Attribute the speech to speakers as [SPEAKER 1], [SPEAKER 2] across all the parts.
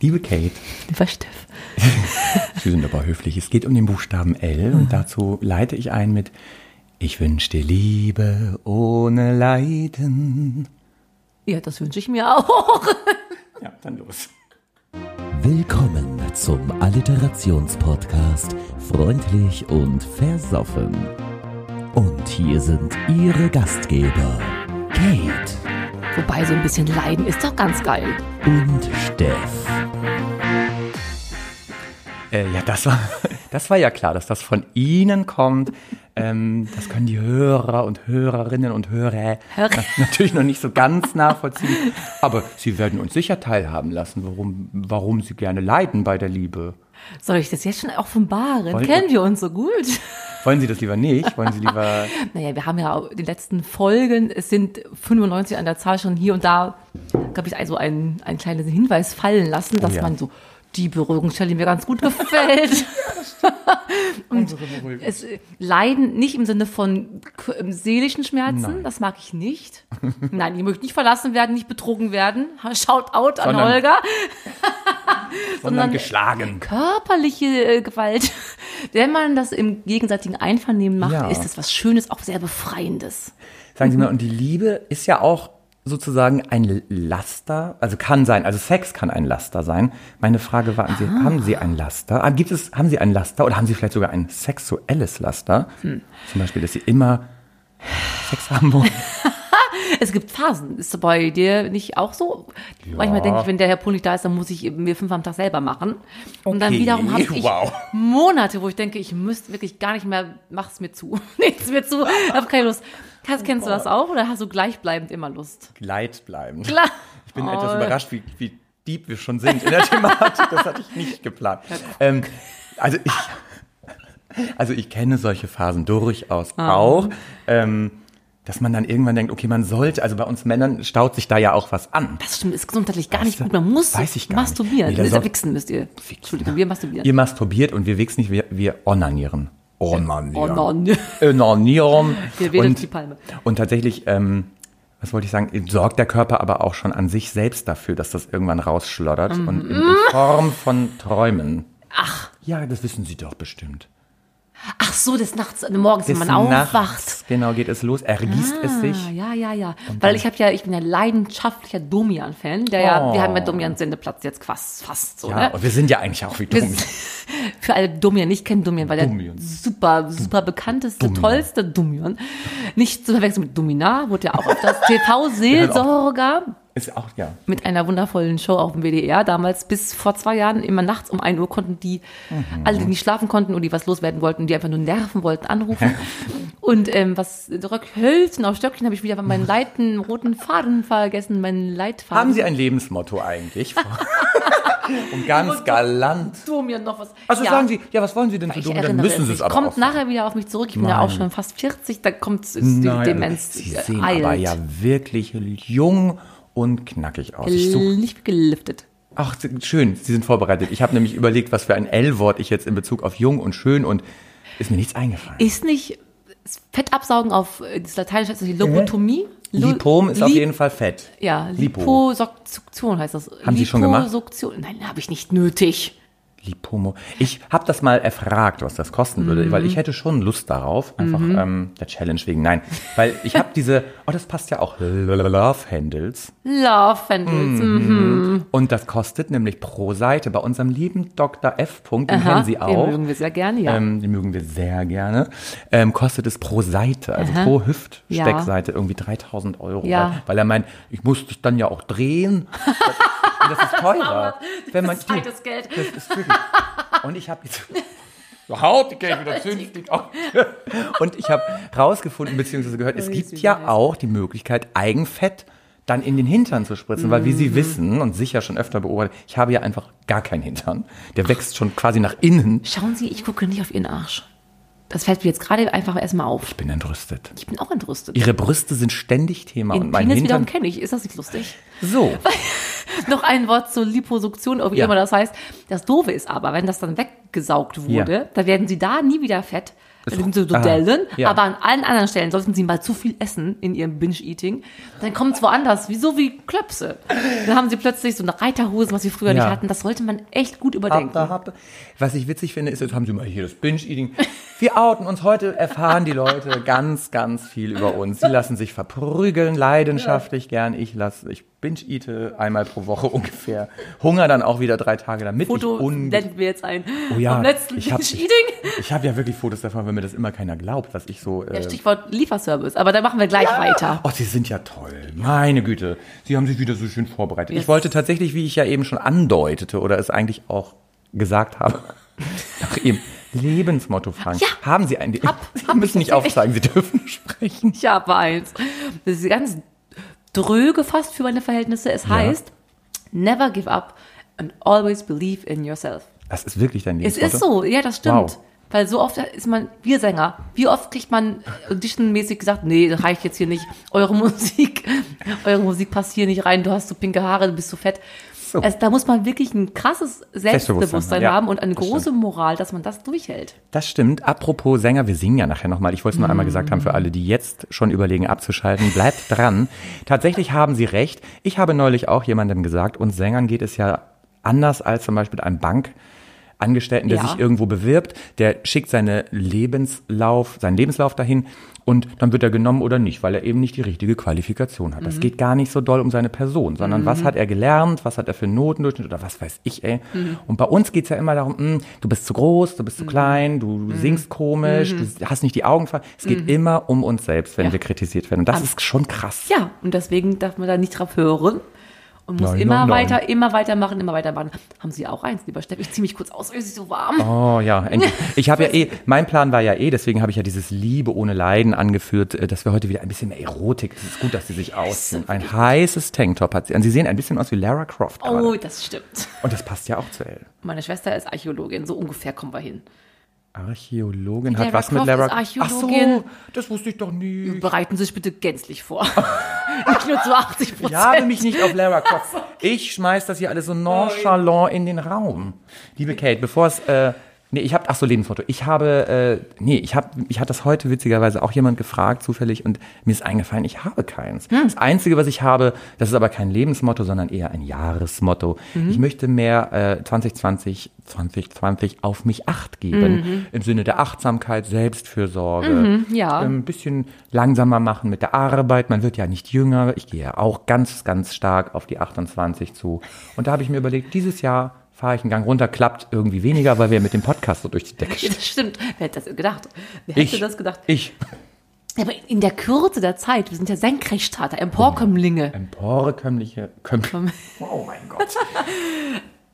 [SPEAKER 1] Liebe Kate,
[SPEAKER 2] Lieber Steff.
[SPEAKER 1] Sie sind aber höflich. Es geht um den Buchstaben L und dazu leite ich ein mit Ich wünsche dir Liebe ohne Leiden.
[SPEAKER 2] Ja, das wünsche ich mir auch.
[SPEAKER 1] Ja, dann los.
[SPEAKER 3] Willkommen zum Alliterationspodcast Freundlich und Versoffen. Und hier sind Ihre Gastgeber, Kate
[SPEAKER 2] Wobei so ein bisschen Leiden ist doch ganz geil.
[SPEAKER 3] und Steff.
[SPEAKER 1] Äh, ja, das war, das war ja klar, dass das von Ihnen kommt. Ähm, das können die Hörer und Hörerinnen und Hörer na- natürlich noch nicht so ganz nachvollziehen. Aber Sie werden uns sicher teilhaben lassen, warum, warum Sie gerne leiden bei der Liebe.
[SPEAKER 2] Soll ich das jetzt schon offenbaren?
[SPEAKER 1] Wollen-
[SPEAKER 2] Kennen wir uns so gut?
[SPEAKER 1] Wollen Sie das lieber nicht? Wollen Sie lieber.
[SPEAKER 2] Naja, wir haben ja auch die letzten Folgen, es sind 95 an der Zahl schon hier und da, glaube ich, also einen, einen kleinen Hinweis fallen lassen, dass
[SPEAKER 1] Oh ja.
[SPEAKER 2] man so die Berührungsstelle die mir ganz gut gefällt. und es äh, leiden nicht im Sinne von k- ähm, seelischen Schmerzen, das mag ich nicht. Nein, ihr möchtet nicht verlassen werden, nicht betrogen werden. Shout out an
[SPEAKER 1] Sondern-
[SPEAKER 2] Holger.
[SPEAKER 1] sondern geschlagen.
[SPEAKER 2] körperliche äh, Gewalt. Wenn man das im gegenseitigen Einvernehmen macht,
[SPEAKER 1] Ja.
[SPEAKER 2] ist das was Schönes, auch sehr Befreiendes.
[SPEAKER 1] Sagen Sie mal, und die Liebe ist ja auch sozusagen ein Laster, also kann sein, also Sex kann ein Laster sein. Meine Frage war, an Sie, haben Sie ein Laster? Ah, Gibt es, haben Sie ein Laster oder haben Sie vielleicht sogar ein sexuelles Laster? Zum Beispiel, dass Sie immer Sex haben wollen.
[SPEAKER 2] Es gibt Phasen. Ist bei dir nicht auch so? Manchmal denke ich, wenn der Herr Pohl nicht da ist, dann muss ich mir fünf am Tag selber machen. Und dann
[SPEAKER 1] Okay,
[SPEAKER 2] wiederum habe ich
[SPEAKER 1] wow.
[SPEAKER 2] Monate, wo ich denke, ich müsste wirklich gar nicht mehr, mach's mir zu. Nichts mir zu, hab keine Lust. Hast, kennst
[SPEAKER 1] Oh
[SPEAKER 2] du das auch oder hast du gleichbleibend immer Lust?
[SPEAKER 1] Leid bleiben.
[SPEAKER 2] Klar.
[SPEAKER 1] Ich bin
[SPEAKER 2] Oh.
[SPEAKER 1] etwas überrascht, wie, wie deep wir schon sind in der Thematik. Das hatte ich nicht geplant. Ähm, also ich, also ich kenne solche Phasen durchaus
[SPEAKER 2] Ah.
[SPEAKER 1] auch, ähm, dass man dann irgendwann denkt, okay, man sollte, also bei uns Männern staut sich da ja auch was an.
[SPEAKER 2] Das stimmt, ist gesundheitlich gar
[SPEAKER 1] Weißt
[SPEAKER 2] nicht
[SPEAKER 1] du?
[SPEAKER 2] gut. Man muss
[SPEAKER 1] Weiß ich gar nicht.
[SPEAKER 2] masturbieren.
[SPEAKER 1] Nee, da soll-
[SPEAKER 2] Wichsen müsst ihr. Entschuldigung, wir masturbieren.
[SPEAKER 1] Ihr masturbiert und wir wichsen nicht, wir, wir onanieren.
[SPEAKER 2] oh
[SPEAKER 1] Onanieren.
[SPEAKER 2] nein.
[SPEAKER 1] Onanieren.
[SPEAKER 2] Hier wedelt die Palme.
[SPEAKER 1] äh, Und tatsächlich, ähm, was wollte ich sagen, sorgt der Körper aber auch schon an sich selbst dafür, dass das irgendwann rausschloddert
[SPEAKER 2] Mhm.
[SPEAKER 1] und in, in Form von Träumen. Ach. Ja, das wissen Sie doch bestimmt.
[SPEAKER 2] Ach so, des Nachts, äh, morgens, wenn
[SPEAKER 1] Bis
[SPEAKER 2] man aufwacht.
[SPEAKER 1] nachts, Genau, geht es los, ergießt es
[SPEAKER 2] Ah,
[SPEAKER 1] sich.
[SPEAKER 2] ja, ja, ja. Weil ich habe ja, ich bin ja leidenschaftlicher Domian-Fan. Der ja,
[SPEAKER 1] Oh.
[SPEAKER 2] wir haben ja Domians Sendeplatz jetzt fast, fast so.
[SPEAKER 1] Ja,
[SPEAKER 2] ne?
[SPEAKER 1] und wir sind ja eigentlich auch wie
[SPEAKER 2] Wir-
[SPEAKER 1] dumm.
[SPEAKER 2] Für alle Domian, nicht kennen Domian, weil
[SPEAKER 1] Domian.
[SPEAKER 2] der super, super bekannteste, tollste Domian. Nicht zu verwechseln mit Dominar, wurde ja auch auf das TV-Seelsorger
[SPEAKER 1] Ist auch, ja.
[SPEAKER 2] mit einer wundervollen Show auf dem WDR. Damals bis vor zwei Jahren, immer nachts um 1 Uhr konnten die,
[SPEAKER 1] Mhm.
[SPEAKER 2] alle, die nicht schlafen konnten und die was loswerden wollten, die einfach nur nerven wollten, anrufen. und ähm, was Röckhölzen auf Stöckchen habe ich wieder meinen leiten roten Faden vergessen, meinen Leitfaden.
[SPEAKER 1] Haben Sie ein Lebensmotto eigentlich? und ganz galant.
[SPEAKER 2] du mir noch was?
[SPEAKER 1] Also
[SPEAKER 2] Ja,
[SPEAKER 1] sagen Sie, ja, was wollen Sie denn für
[SPEAKER 2] Ich
[SPEAKER 1] dumm?
[SPEAKER 2] erinnere
[SPEAKER 1] Dann müssen
[SPEAKER 2] es
[SPEAKER 1] Sie
[SPEAKER 2] nicht.
[SPEAKER 1] es aber
[SPEAKER 2] Kommt
[SPEAKER 1] auch
[SPEAKER 2] nachher wieder auf mich zurück. Ich bin ja
[SPEAKER 1] Nein.
[SPEAKER 2] auch schon fast 40. Da kommt es- die
[SPEAKER 1] Nein,
[SPEAKER 2] Demenz.
[SPEAKER 1] also Sie sehen
[SPEAKER 2] eilt.
[SPEAKER 1] aber ja wirklich jung und knackig aus. Ich such,
[SPEAKER 2] Nicht geliftet.
[SPEAKER 1] ach, Sie- schön, Sie sind vorbereitet. Ich habe nämlich überlegt, was für ein L-Wort ich jetzt in Bezug auf jung und schön und ist mir nichts eingefallen.
[SPEAKER 2] Ist nicht ist Fett absaugen auf äh, das Lateinische heißt das die Lobotomie? Lu-
[SPEAKER 1] Lipom ist auf
[SPEAKER 2] Lip-
[SPEAKER 1] jeden Fall fett.
[SPEAKER 2] Ja,
[SPEAKER 1] Lipo.
[SPEAKER 2] Liposuktion heißt das.
[SPEAKER 1] Haben Sie schon gemacht?
[SPEAKER 2] Liposuktion. Nein, habe ich nicht nötig.
[SPEAKER 1] Lipomo. Ich habe das mal erfragt, was das kosten würde,
[SPEAKER 2] Mhm.
[SPEAKER 1] weil ich hätte schon Lust darauf. Einfach ähm, der Challenge wegen. Nein, weil ich habe diese, oh, das passt ja auch, Love Handles.
[SPEAKER 2] Love
[SPEAKER 1] Hm,
[SPEAKER 2] Handles.
[SPEAKER 1] Und das kostet nämlich pro Seite bei unserem lieben Dr. F. Punkt, den
[SPEAKER 2] Aha,
[SPEAKER 1] kennen Sie auch.
[SPEAKER 2] ne? Den mögen wir sehr gerne, ja.
[SPEAKER 1] Ähm, die mögen wir sehr gerne. Ähm, kostet es pro Seite, also pro Hüftsteckseite irgendwie 3000 Euro.
[SPEAKER 2] Ja.
[SPEAKER 1] Weil, weil er meint, ich muss das dann ja auch drehen. Und das ist teurer. wenn man,
[SPEAKER 2] das ist feites Geld.
[SPEAKER 1] Das ist wirklich. Und ich habe jetzt. Überhaupt Geld wieder zünftig auf. Und ich habe rausgefunden, beziehungsweise gehört,
[SPEAKER 2] Oh,
[SPEAKER 1] es gibt ja auch die Möglichkeit, Eigenfett dann in den Hintern zu spritzen, weil wie
[SPEAKER 2] Mhm.
[SPEAKER 1] Sie wissen und sicher schon öfter beobachtet, ich habe ja einfach gar keinen Hintern. Der wächst schon quasi nach innen.
[SPEAKER 2] Schauen Sie, ich gucke nicht auf Ihren Arsch. Das fällt mir jetzt gerade einfach erstmal auf.
[SPEAKER 1] Ich bin entrüstet.
[SPEAKER 2] Ich bin auch entrüstet.
[SPEAKER 1] Ihre Brüste sind ständig Thema und
[SPEAKER 2] Den
[SPEAKER 1] mein
[SPEAKER 2] Penis wiederum
[SPEAKER 1] Hintern.
[SPEAKER 2] kenne ich. Ist das nicht lustig?
[SPEAKER 1] So,
[SPEAKER 2] Noch ein Wort zur Liposuktion, wie
[SPEAKER 1] Ja.
[SPEAKER 2] immer das heißt. Das Doofe ist aber, wenn das dann weggesaugt wurde,
[SPEAKER 1] Ja.
[SPEAKER 2] da werden Sie da nie wieder fett. Das sind so so
[SPEAKER 1] Aha,
[SPEAKER 2] Dellen.
[SPEAKER 1] ja.
[SPEAKER 2] Aber an allen anderen Stellen sollten sie mal zu viel essen in ihrem Binge-Eating. Dann kommt es woanders, wie so wie Klöpse. Dann haben sie plötzlich so eine Reiterhose, was sie früher nicht
[SPEAKER 1] Ja.
[SPEAKER 2] hatten. Das sollte man echt gut überdenken.
[SPEAKER 1] Happe, happe. Was ich witzig finde, ist, jetzt haben sie mal hier das Binge-Eating. Wir outen uns. Heute erfahren die Leute ganz, ganz viel über uns. Sie lassen sich verprügeln, leidenschaftlich gern. Ich lasse, ich binge-eate einmal pro Woche ungefähr. Hunger dann auch wieder drei Tage, damit
[SPEAKER 2] Foto
[SPEAKER 1] ich un
[SPEAKER 2] nennen wir jetzt ein.
[SPEAKER 1] Oh ja,
[SPEAKER 2] Vom letzten
[SPEAKER 1] ich hab-
[SPEAKER 2] Binge-Eating.
[SPEAKER 1] Ich habe ja wirklich Fotos davon, weil mir das immer keiner glaubt, was ich so. Äh,
[SPEAKER 2] Ja, Stichwort Lieferservice. Aber da machen wir gleich weiter.
[SPEAKER 1] Oh, Sie sind ja toll. Meine Güte. Sie haben sich wieder so schön vorbereitet.
[SPEAKER 2] Yes.
[SPEAKER 1] Ich wollte tatsächlich, wie ich ja eben schon andeutete oder es eigentlich auch gesagt habe, nach Ihrem Lebensmotto fragen.
[SPEAKER 2] Ja.
[SPEAKER 1] Haben Sie ein
[SPEAKER 2] Hab-
[SPEAKER 1] Sie
[SPEAKER 2] hab ich
[SPEAKER 1] müssen nicht
[SPEAKER 2] tatsächlich.
[SPEAKER 1] aufzeigen, Sie dürfen sprechen.
[SPEAKER 2] Ich habe eins. Das ist ganz dröge fast für meine Verhältnisse. Es heißt, never give up and always believe in yourself.
[SPEAKER 1] Das ist wirklich dein
[SPEAKER 2] Es
[SPEAKER 1] Lebensmotto.
[SPEAKER 2] ist so, ja, das stimmt.
[SPEAKER 1] Wow.
[SPEAKER 2] Weil so oft ist man, wir Sänger, wie oft kriegt man auditionmäßig gesagt, nee, das reicht jetzt hier nicht, eure Musik, eure Musik passt hier nicht rein, du hast so pinke Haare, du bist so fett.
[SPEAKER 1] So.
[SPEAKER 2] Also, da muss man wirklich ein krasses Selbstbewusstsein
[SPEAKER 1] ja,
[SPEAKER 2] haben und eine
[SPEAKER 1] das
[SPEAKER 2] große Moral, dass man das durchhält.
[SPEAKER 1] Das stimmt. Apropos Sänger, wir singen ja nachher nochmal. Ich wollte es nur einmal gesagt haben für alle, die jetzt schon überlegen abzuschalten. Bleibt dran. Tatsächlich haben Sie recht. Ich habe neulich auch jemandem gesagt, uns Sängern geht es ja anders als zum Beispiel mit einem Bankangestellten, der
[SPEAKER 2] Ja.
[SPEAKER 1] sich irgendwo bewirbt, der schickt seine Lebenslauf, seinen Lebenslauf dahin und dann wird er genommen oder nicht, weil er eben nicht die richtige Qualifikation hat. Das geht gar nicht so doll um seine Person, sondern was hat er gelernt, was hat er für einen Notendurchschnitt oder was weiß ich, ey. Und bei uns geht's ja immer darum, mh, du bist zu groß, du bist zu klein, du singst komisch, du hast nicht die Augen ver. Es geht immer um uns selbst, wenn wir kritisiert werden. Und das ist schon krass.
[SPEAKER 2] Ja, und deswegen darf man da nicht drauf hören und muss
[SPEAKER 1] Nein,
[SPEAKER 2] immer
[SPEAKER 1] nein, nein.
[SPEAKER 2] weiter, immer weitermachen, immer weitermachen. Haben Sie auch eins, lieber Steff? Ich ziehe mich kurz aus, es ist so warm.
[SPEAKER 1] Oh ja, endlich. Ich habe ja eh, mein Plan war ja eh, deswegen habe ich ja dieses Liebe ohne Leiden angeführt, äh, dass wir heute wieder ein bisschen mehr Erotik. Es ist gut, dass sie sich ausziehen. Ein heißes Tanktop hat sie. Und sie sehen ein bisschen aus wie Lara Croft.
[SPEAKER 2] Oh,
[SPEAKER 1] gerade.
[SPEAKER 2] das stimmt.
[SPEAKER 1] Und das passt ja auch zu Elle.
[SPEAKER 2] Meine Schwester ist Archäologin, so ungefähr kommen wir hin.
[SPEAKER 1] Archäologin hat
[SPEAKER 2] Lara
[SPEAKER 1] was mit
[SPEAKER 2] Croft
[SPEAKER 1] Lara
[SPEAKER 2] ist
[SPEAKER 1] Ach
[SPEAKER 2] Archäologin.
[SPEAKER 1] so, das wusste ich doch nie.
[SPEAKER 2] Bereiten Sie sich bitte gänzlich vor. nicht nur zu 80 Prozent.
[SPEAKER 1] Ich habe mich nicht auf Lara Croft. Ich schmeiß das hier alles so nonchalant in den Raum. Liebe Kate, bevor es äh, nee, ich habe ach so Lebensmotto. Ich habe äh, nee, ich habe ich hat das heute witzigerweise auch jemand gefragt zufällig und mir ist eingefallen, ich habe keins.
[SPEAKER 2] Hm.
[SPEAKER 1] Das einzige, was ich habe, das ist aber kein Lebensmotto, sondern eher ein Jahresmotto.
[SPEAKER 2] Mhm.
[SPEAKER 1] Ich möchte mehr äh, 2020 2020 auf mich acht geben im Sinne der Achtsamkeit, Selbstfürsorge Ähm,
[SPEAKER 2] Mhm. ja.
[SPEAKER 1] ein bisschen langsamer machen mit der Arbeit. Man wird ja nicht jünger. Ich gehe ja auch ganz, ganz stark auf die 28 zu. Und da habe ich mir überlegt, dieses Jahr fahre ich einen Gang runter, klappt irgendwie weniger, weil wir mit dem Podcast so durch die Decke
[SPEAKER 2] Ja,
[SPEAKER 1] stehen.
[SPEAKER 2] das stimmt. Wer hätte das gedacht? Wer hätte das gedacht?
[SPEAKER 1] Ich.
[SPEAKER 2] Aber in der Kürze der Zeit, wir sind ja Senkrechtstarter, Emporkömmlinge.
[SPEAKER 1] Emporekömmliche. ähm, Kömm- Oh mein Gott.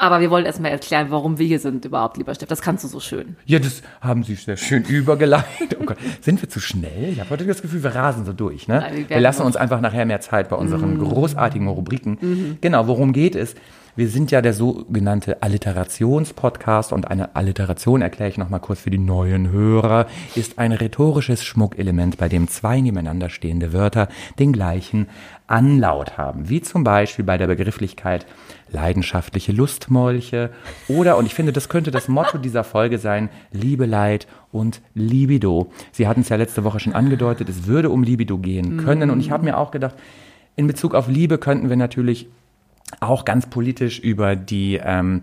[SPEAKER 2] Aber wir wollen erstmal erklären, warum wir hier sind überhaupt, lieber Steff. Das kannst du so schön.
[SPEAKER 1] Ja, das haben Sie sehr schön übergeleitet. Oh Gott. Sind wir zu schnell? Ich habe heute das Gefühl, wir rasen so durch. Ne?
[SPEAKER 2] Nein, wir
[SPEAKER 1] wir,
[SPEAKER 2] werden
[SPEAKER 1] lassen
[SPEAKER 2] noch- Mhm.
[SPEAKER 1] uns einfach nachher mehr Zeit bei unseren großartigen Rubriken. Genau, worum geht es? Wir sind ja der sogenannte Alliterationspodcast und eine Alliteration, erkläre ich nochmal kurz für die neuen Hörer, ist ein rhetorisches Schmuckelement, bei dem zwei nebeneinander stehende Wörter den gleichen Anlaut haben. Wie zum Beispiel bei der Begrifflichkeit leidenschaftliche Lustmolche oder, und ich finde, das könnte das Motto dieser Folge sein, Liebe, Leid und Libido. Sie hatten es ja letzte Woche schon angedeutet, es würde um Libido gehen
[SPEAKER 2] Mhm.
[SPEAKER 1] können. Und ich habe mir auch gedacht, in Bezug auf Liebe könnten wir natürlich auch ganz politisch über die ähm,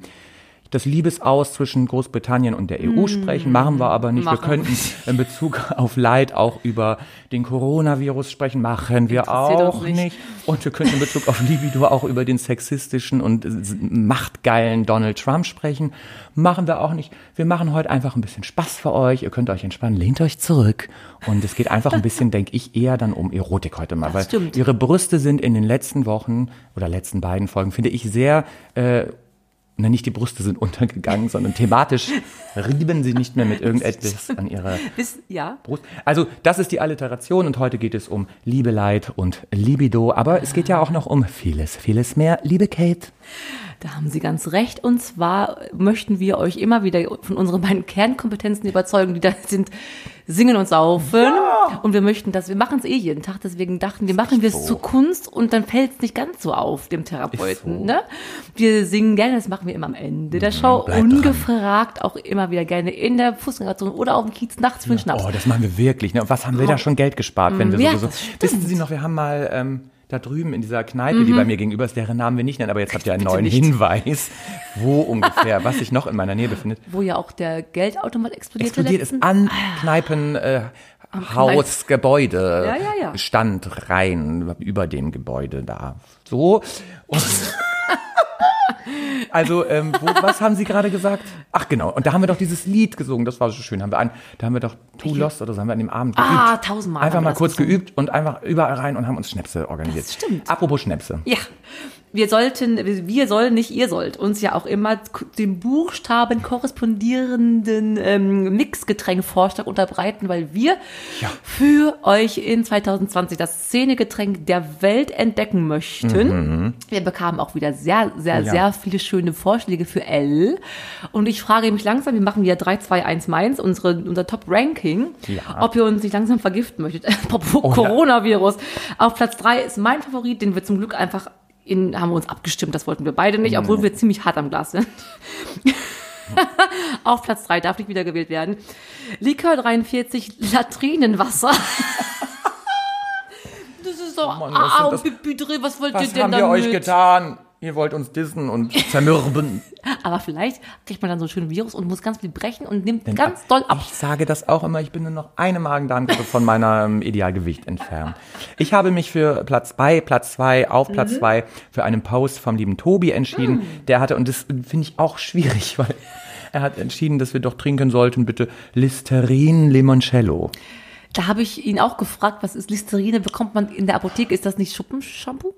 [SPEAKER 1] das Liebesaus zwischen Großbritannien und der EU sprechen, machen wir aber nicht.
[SPEAKER 2] Mhm. Machen wir
[SPEAKER 1] Wir könnten in Bezug auf Leid auch über den Coronavirus sprechen, machen wir
[SPEAKER 2] Interessiert uns
[SPEAKER 1] auch
[SPEAKER 2] nicht.
[SPEAKER 1] nicht. Und wir könnten in Bezug auf Libido auch über den sexistischen und äh, machtgeilen Donald Trump sprechen, machen wir auch nicht. Wir machen heute einfach ein bisschen Spaß für euch, ihr könnt euch entspannen, lehnt euch zurück und es geht einfach ein bisschen, denke ich, eher dann um Erotik heute mal, weil
[SPEAKER 2] stimmt.
[SPEAKER 1] ihre Brüste sind in den letzten Wochen oder letzten beiden Folgen, finde ich, sehr äh, na, nicht die Brüste sind untergegangen, sondern thematisch rieben sie nicht mehr mit irgendetwas an ihrer
[SPEAKER 2] Bis, ja?
[SPEAKER 1] Brust. Also, das ist die Alliteration und heute geht es um Liebe, Leid und Libido. Aber es geht ja auch noch um vieles, vieles mehr. Liebe Kate,
[SPEAKER 2] Da haben Sie ganz recht. Und zwar möchten wir euch immer wieder von unseren beiden Kernkompetenzen überzeugen, die da sind, singen und saufen. Und wir möchten das, wir machen es eh jeden Tag, deswegen dachten wir, machen wir es
[SPEAKER 1] so.
[SPEAKER 2] zur Kunst und dann fällt es nicht ganz so auf dem Therapeuten. Ne? Wir singen gerne, das machen wir immer am Ende der Show,
[SPEAKER 1] Mhm, bleibt
[SPEAKER 2] ungefragt auch immer wieder gerne in der Fußgängerzone oder auf dem Kiez nachts für einen Schnaps.
[SPEAKER 1] Oh, das machen wir wirklich. Ne? Und was haben wir da schon Geld gespart, wenn wir
[SPEAKER 2] Oh. Mm, ja,
[SPEAKER 1] sowieso.
[SPEAKER 2] das stimmt. Mhm.
[SPEAKER 1] Wissen Sie noch, wir haben mal ähm, da drüben in dieser Kneipe, die bei mir gegenüber ist, deren Namen wir nicht nennen, aber jetzt habt ihr einen neuen
[SPEAKER 2] nicht.
[SPEAKER 1] Hinweis, wo ungefähr, was sich noch in meiner Nähe befindet.
[SPEAKER 2] Wo ja auch der Geldautomat explodierte.
[SPEAKER 1] Explodiert ist
[SPEAKER 2] letztens.
[SPEAKER 1] an Kneipen. Äh, Haus, Gebäude,
[SPEAKER 2] Ah. Ja, ja, ja.
[SPEAKER 1] Stand rein über dem Gebäude da. So. Und also, ähm, wo, was haben Sie gerade gesagt? Ach genau, und da haben wir doch dieses Lied gesungen, das war so schön. Haben wir an, da haben wir doch Too Lost oder so haben wir an dem Abend geübt.
[SPEAKER 2] Ah, tausendmal
[SPEAKER 1] Einfach
[SPEAKER 2] haben wir
[SPEAKER 1] mal
[SPEAKER 2] das
[SPEAKER 1] kurz
[SPEAKER 2] gesungen.
[SPEAKER 1] geübt und einfach überall rein und haben uns Schnäpse organisiert.
[SPEAKER 2] Das stimmt.
[SPEAKER 1] Apropos Schnäpse.
[SPEAKER 2] Ja, wir sollten, wir- wir sollen, nicht ihr sollt, uns ja auch immer k- dem Buchstaben korrespondierenden ähm, Mixgetränkvorschlag unterbreiten, weil wir für euch in 2020 das Szenegetränk der Welt entdecken möchten. Wir bekamen auch wieder sehr, sehr,
[SPEAKER 1] Ja.
[SPEAKER 2] sehr viele schöne Vorschläge für L. Und ich frage mich langsam, wir machen wieder 3, 2, 1 Mainz, unsere, unser Top-Ranking,
[SPEAKER 1] Ja.
[SPEAKER 2] ob ihr uns nicht langsam vergiften möchtet. Apropos
[SPEAKER 1] Oh ja.
[SPEAKER 2] Coronavirus. Auf Platz 3 ist mein Favorit, den wir zum Glück einfach in, haben wir uns abgestimmt. Das wollten wir beide nicht, obwohl wir ziemlich hart am Glas sind. Auf Platz 3 darf nicht wieder gewählt werden. Likör 43, Latrinenwasser. Das ist doch
[SPEAKER 1] Oh Mann, was sind
[SPEAKER 2] ah,
[SPEAKER 1] das-
[SPEAKER 2] Bibidre, was wollt ihr
[SPEAKER 1] Was
[SPEAKER 2] denn
[SPEAKER 1] haben
[SPEAKER 2] damit?
[SPEAKER 1] wir euch getan? Ihr wollt uns dissen und zermürben.
[SPEAKER 2] Aber vielleicht kriegt man dann so einen schönen Virus und muss ganz viel brechen und nimmt
[SPEAKER 1] Denn
[SPEAKER 2] ganz doll ab.
[SPEAKER 1] Ich sage das auch immer, ich bin nur noch eine Magen-Darm-Grippe von meinem Idealgewicht entfernt. Ich habe mich für Platz 2, Platz 2, auf
[SPEAKER 2] Mhm.
[SPEAKER 1] Platz 2 für einen Post vom lieben Tobi entschieden. Der hatte, und das finde ich auch schwierig, weil er hat entschieden, dass wir doch trinken sollten, bitte Listerin Limoncello.
[SPEAKER 2] Da habe ich ihn auch gefragt, was ist Listerine? Bekommt man in der Apotheke? Ist das nicht Schuppenshampoo?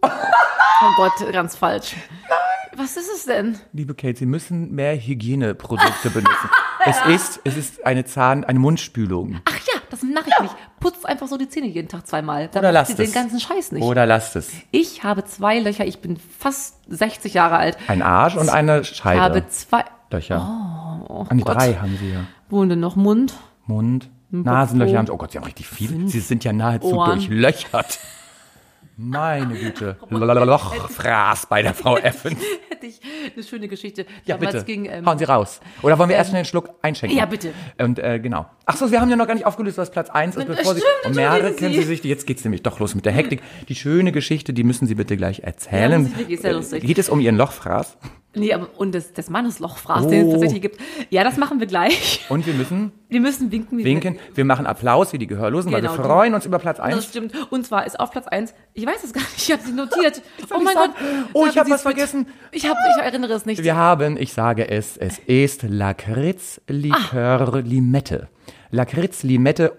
[SPEAKER 2] oh Gott, ganz falsch. Nein. Was ist es denn?
[SPEAKER 1] Liebe Kate, Sie müssen mehr Hygieneprodukte benutzen. es ist, es ist eine Zahn, eine Mundspülung.
[SPEAKER 2] Ach ja, das mache ich nicht. Putzt einfach so die Zähne jeden Tag zweimal. Dann
[SPEAKER 1] Oder
[SPEAKER 2] macht ihr
[SPEAKER 1] lasst
[SPEAKER 2] den
[SPEAKER 1] es.
[SPEAKER 2] ganzen Scheiß nicht.
[SPEAKER 1] Oder lasst es.
[SPEAKER 2] Ich habe zwei Löcher. Ich bin fast 60 Jahre alt.
[SPEAKER 1] Ein Arsch und eine
[SPEAKER 2] Ich
[SPEAKER 1] Scheide.
[SPEAKER 2] habe zwei
[SPEAKER 1] Löcher.
[SPEAKER 2] oh
[SPEAKER 1] An die
[SPEAKER 2] Gott.
[SPEAKER 1] drei haben wir.
[SPEAKER 2] Wo denn noch Mund?
[SPEAKER 1] Mund, Nasenlöcher haben sie. Oh Gott, sie haben richtig viel. Sie sind ja nahezu
[SPEAKER 2] Ohren.
[SPEAKER 1] durchlöchert. Meine Güte. Lochfraß bei der Frau Effens.
[SPEAKER 2] Hätte ich eine schöne Geschichte.
[SPEAKER 1] Ja, bitte.
[SPEAKER 2] Ging, ähm,
[SPEAKER 1] Hauen Sie raus. Oder wollen wir erst schnell einen Schluck einschenken?
[SPEAKER 2] ja, bitte.
[SPEAKER 1] Und äh, genau. Ach so, wir haben ja noch gar nicht aufgelöst, was Platz 1 ist.
[SPEAKER 2] Stimmt,
[SPEAKER 1] Bevor Sie, und
[SPEAKER 2] entschuldigen
[SPEAKER 1] merken
[SPEAKER 2] Sie.
[SPEAKER 1] Sie sich, jetzt geht's nämlich doch los mit der Hektik. Die schöne Geschichte, die müssen Sie bitte gleich
[SPEAKER 2] Ja,
[SPEAKER 1] erzählen.
[SPEAKER 2] muss ich wirklich, ist ja
[SPEAKER 1] Äh,
[SPEAKER 2] lustig.
[SPEAKER 1] Geht es um Ihren Lochfraß?
[SPEAKER 2] nee, aber, und das, das Manneslochfraß, den es
[SPEAKER 1] Oh.
[SPEAKER 2] tatsächlich gibt. Ja, das machen wir gleich.
[SPEAKER 1] Und wir müssen
[SPEAKER 2] Wir müssen winken. wie wir-
[SPEAKER 1] winken. Wir machen Applaus wie die Gehörlosen,
[SPEAKER 2] Genau,
[SPEAKER 1] weil
[SPEAKER 2] die-
[SPEAKER 1] wir freuen uns über Platz 1.
[SPEAKER 2] Das stimmt. Und zwar ist auf Platz 1, ich weiß es gar nicht, ich habe sie notiert. oh
[SPEAKER 1] ich
[SPEAKER 2] mein
[SPEAKER 1] sagen?
[SPEAKER 2] Gott.
[SPEAKER 1] Oh, ich
[SPEAKER 2] sagen
[SPEAKER 1] hab
[SPEAKER 2] Sie es
[SPEAKER 1] was vergessen.
[SPEAKER 2] Ich, hab, ich erinnere es nicht.
[SPEAKER 1] Wir haben, ich sage es, es ist Lakritz-Likör Limette. Lakritz-Limette,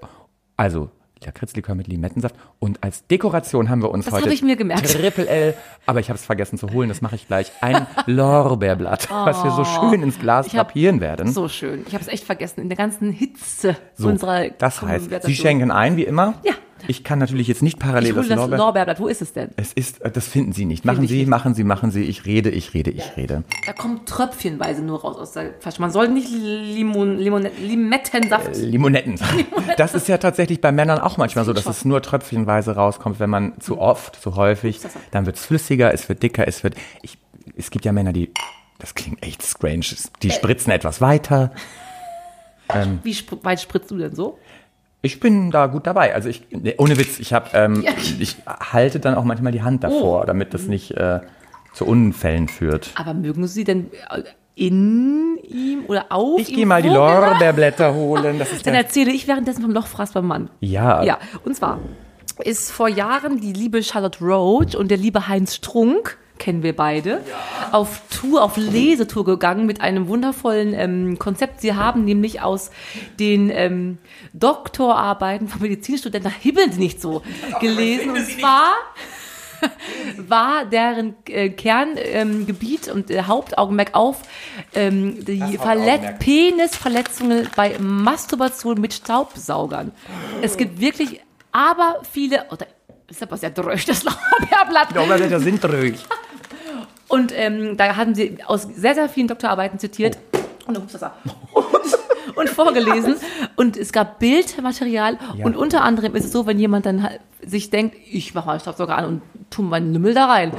[SPEAKER 1] also Lakritzlikör mit Limettensaft. Und als Dekoration haben wir uns
[SPEAKER 2] Das
[SPEAKER 1] heute
[SPEAKER 2] habe ich mir gemerkt.
[SPEAKER 1] Triple L, aber ich habe es vergessen zu holen, das mache ich gleich. Ein Lorbeerblatt, was wir so schön ins Glas
[SPEAKER 2] Oh. Ich hab-
[SPEAKER 1] drapieren werden.
[SPEAKER 2] so schön. Ich habe es echt vergessen. In der ganzen Hitze
[SPEAKER 1] So,
[SPEAKER 2] unserer
[SPEAKER 1] das heißt, Sie
[SPEAKER 2] Konversation.
[SPEAKER 1] schenken ein, wie immer.
[SPEAKER 2] Ja.
[SPEAKER 1] Ich kann natürlich jetzt nicht parallel
[SPEAKER 2] Ich hole
[SPEAKER 1] das,
[SPEAKER 2] das
[SPEAKER 1] Lorbeer...
[SPEAKER 2] Lorbeerblatt. Wo ist es denn?
[SPEAKER 1] es ist, äh, das finden Sie nicht. Machen
[SPEAKER 2] ich
[SPEAKER 1] Sie,
[SPEAKER 2] nicht.
[SPEAKER 1] machen Sie, machen Sie. Ich rede, ich rede, ich rede.
[SPEAKER 2] Da kommt tröpfchenweise nur raus aus der Flasche. Man soll nicht Limon, Limon, Limettensaft.
[SPEAKER 1] Äh, Limonetten. Das ist ja tatsächlich bei Männern auch manchmal so, dass es nur tröpfchenweise rauskommt, wenn man zu oft, zu häufig, dann wird es flüssiger, es wird dicker, es wird. Ich, es gibt ja Männer, die. Das klingt echt strange. Die spritzen etwas weiter.
[SPEAKER 2] Wie sp weit spritzt du denn so?
[SPEAKER 1] Ich bin da gut dabei. Also ich, nee, ohne Witz, ich habe, ähm, ich halte dann auch manchmal die Hand davor, damit das nicht äh, zu Unfällen führt.
[SPEAKER 2] Aber mögen sie denn äh, in ihm oder auf
[SPEAKER 1] Ich
[SPEAKER 2] ihm?
[SPEAKER 1] gehe mal die
[SPEAKER 2] Wo genau?
[SPEAKER 1] Lorbeerblätter holen. Das ist
[SPEAKER 2] Dann
[SPEAKER 1] der,
[SPEAKER 2] erzähle ich währenddessen vom Lochfraß beim Mann.
[SPEAKER 1] ja,
[SPEAKER 2] Ja, und zwar ist vor Jahren die liebe Charlotte Roach und der liebe Heinz Strunk, kennen wir beide, auf Tour, auf Lesetour gegangen mit einem wundervollen ähm, Konzept. Sie haben nämlich aus den ähm, Doktorarbeiten von Medizinstudenten Hibbeln Sie nicht so gelesen. Und zwar war deren äh, Kerngebiet ähm, Gebiet und äh, Hauptaugenmerk auf ähm, die Verlet
[SPEAKER 1] Hauptaugenmerk.
[SPEAKER 2] Penisverletzungen bei Masturbation mit Staubsaugern. Es gibt wirklich aber viele, oder ist aber sehr drösch, das Lorbeerblatt.
[SPEAKER 1] Lorbeerblätter sind ruhig.
[SPEAKER 2] Und ähm, da haben sie aus sehr, sehr vielen Doktorarbeiten zitiert.
[SPEAKER 1] Oh.
[SPEAKER 2] Und, ups, das war- und, und vorgelesen. Und es gab Bildmaterial. Und unter anderem ist es so, wenn jemand dann halt sich denkt, ich mache meinen Staubsauger an und tue meinen Lümmel da rein.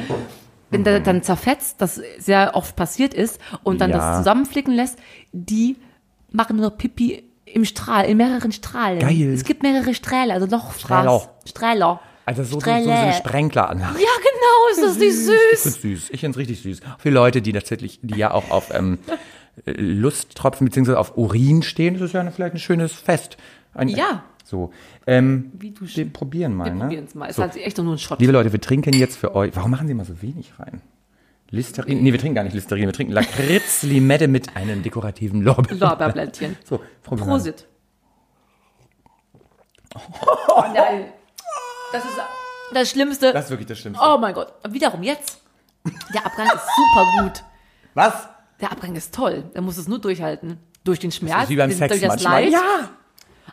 [SPEAKER 2] Wenn
[SPEAKER 1] Mhm.
[SPEAKER 2] der dann zerfetzt, das sehr oft passiert ist, und dann
[SPEAKER 1] Ja.
[SPEAKER 2] das zusammenflicken lässt, die machen nur noch Pipi im Strahl, in mehreren Strahlen.
[SPEAKER 1] Geil.
[SPEAKER 2] Es gibt mehrere Strähle, also Lochfraß.
[SPEAKER 1] Strahler.
[SPEAKER 2] Strahler.
[SPEAKER 1] Also so, so, so
[SPEAKER 2] Strähle.
[SPEAKER 1] eine Sprenkleranlage.
[SPEAKER 2] Ja, genau, ist das nicht
[SPEAKER 1] Ich
[SPEAKER 2] süß?
[SPEAKER 1] find's süß. Ich find's richtig süß. Für Leute, die tatsächlich, die ja auch auf ähm, Lusttropfen bzw. auf Urin stehen, das ist ja eine, vielleicht ein schönes Fest. Ein,
[SPEAKER 2] Ja.
[SPEAKER 1] So. Ähm,
[SPEAKER 2] Wie du
[SPEAKER 1] wir probieren mal,
[SPEAKER 2] Wir
[SPEAKER 1] ne?
[SPEAKER 2] probieren es mal. Es
[SPEAKER 1] So.
[SPEAKER 2] hat sich echt nur ein Schott.
[SPEAKER 1] Liebe Leute, wir trinken jetzt für euch. Warum machen Sie mal so wenig rein? Listerin. Nee, wir trinken gar nicht Listerin, wir trinken Lakritz Limette mit einem dekorativen Lorbeer.
[SPEAKER 2] Lorbeerblättchen.
[SPEAKER 1] So, Frau Böhmer.
[SPEAKER 2] Prosit. Oh nein. Das ist das Schlimmste.
[SPEAKER 1] Das ist wirklich das Schlimmste.
[SPEAKER 2] oh mein Gott. Wiederum jetzt. Der Abgang ist super gut.
[SPEAKER 1] Was?
[SPEAKER 2] Der Abgang ist toll. Er muss es nur durchhalten. Durch den Schmerz,
[SPEAKER 1] Das ist wie beim
[SPEAKER 2] den-
[SPEAKER 1] Sex
[SPEAKER 2] durch das
[SPEAKER 1] manchmal.
[SPEAKER 2] Leid.
[SPEAKER 1] Ja.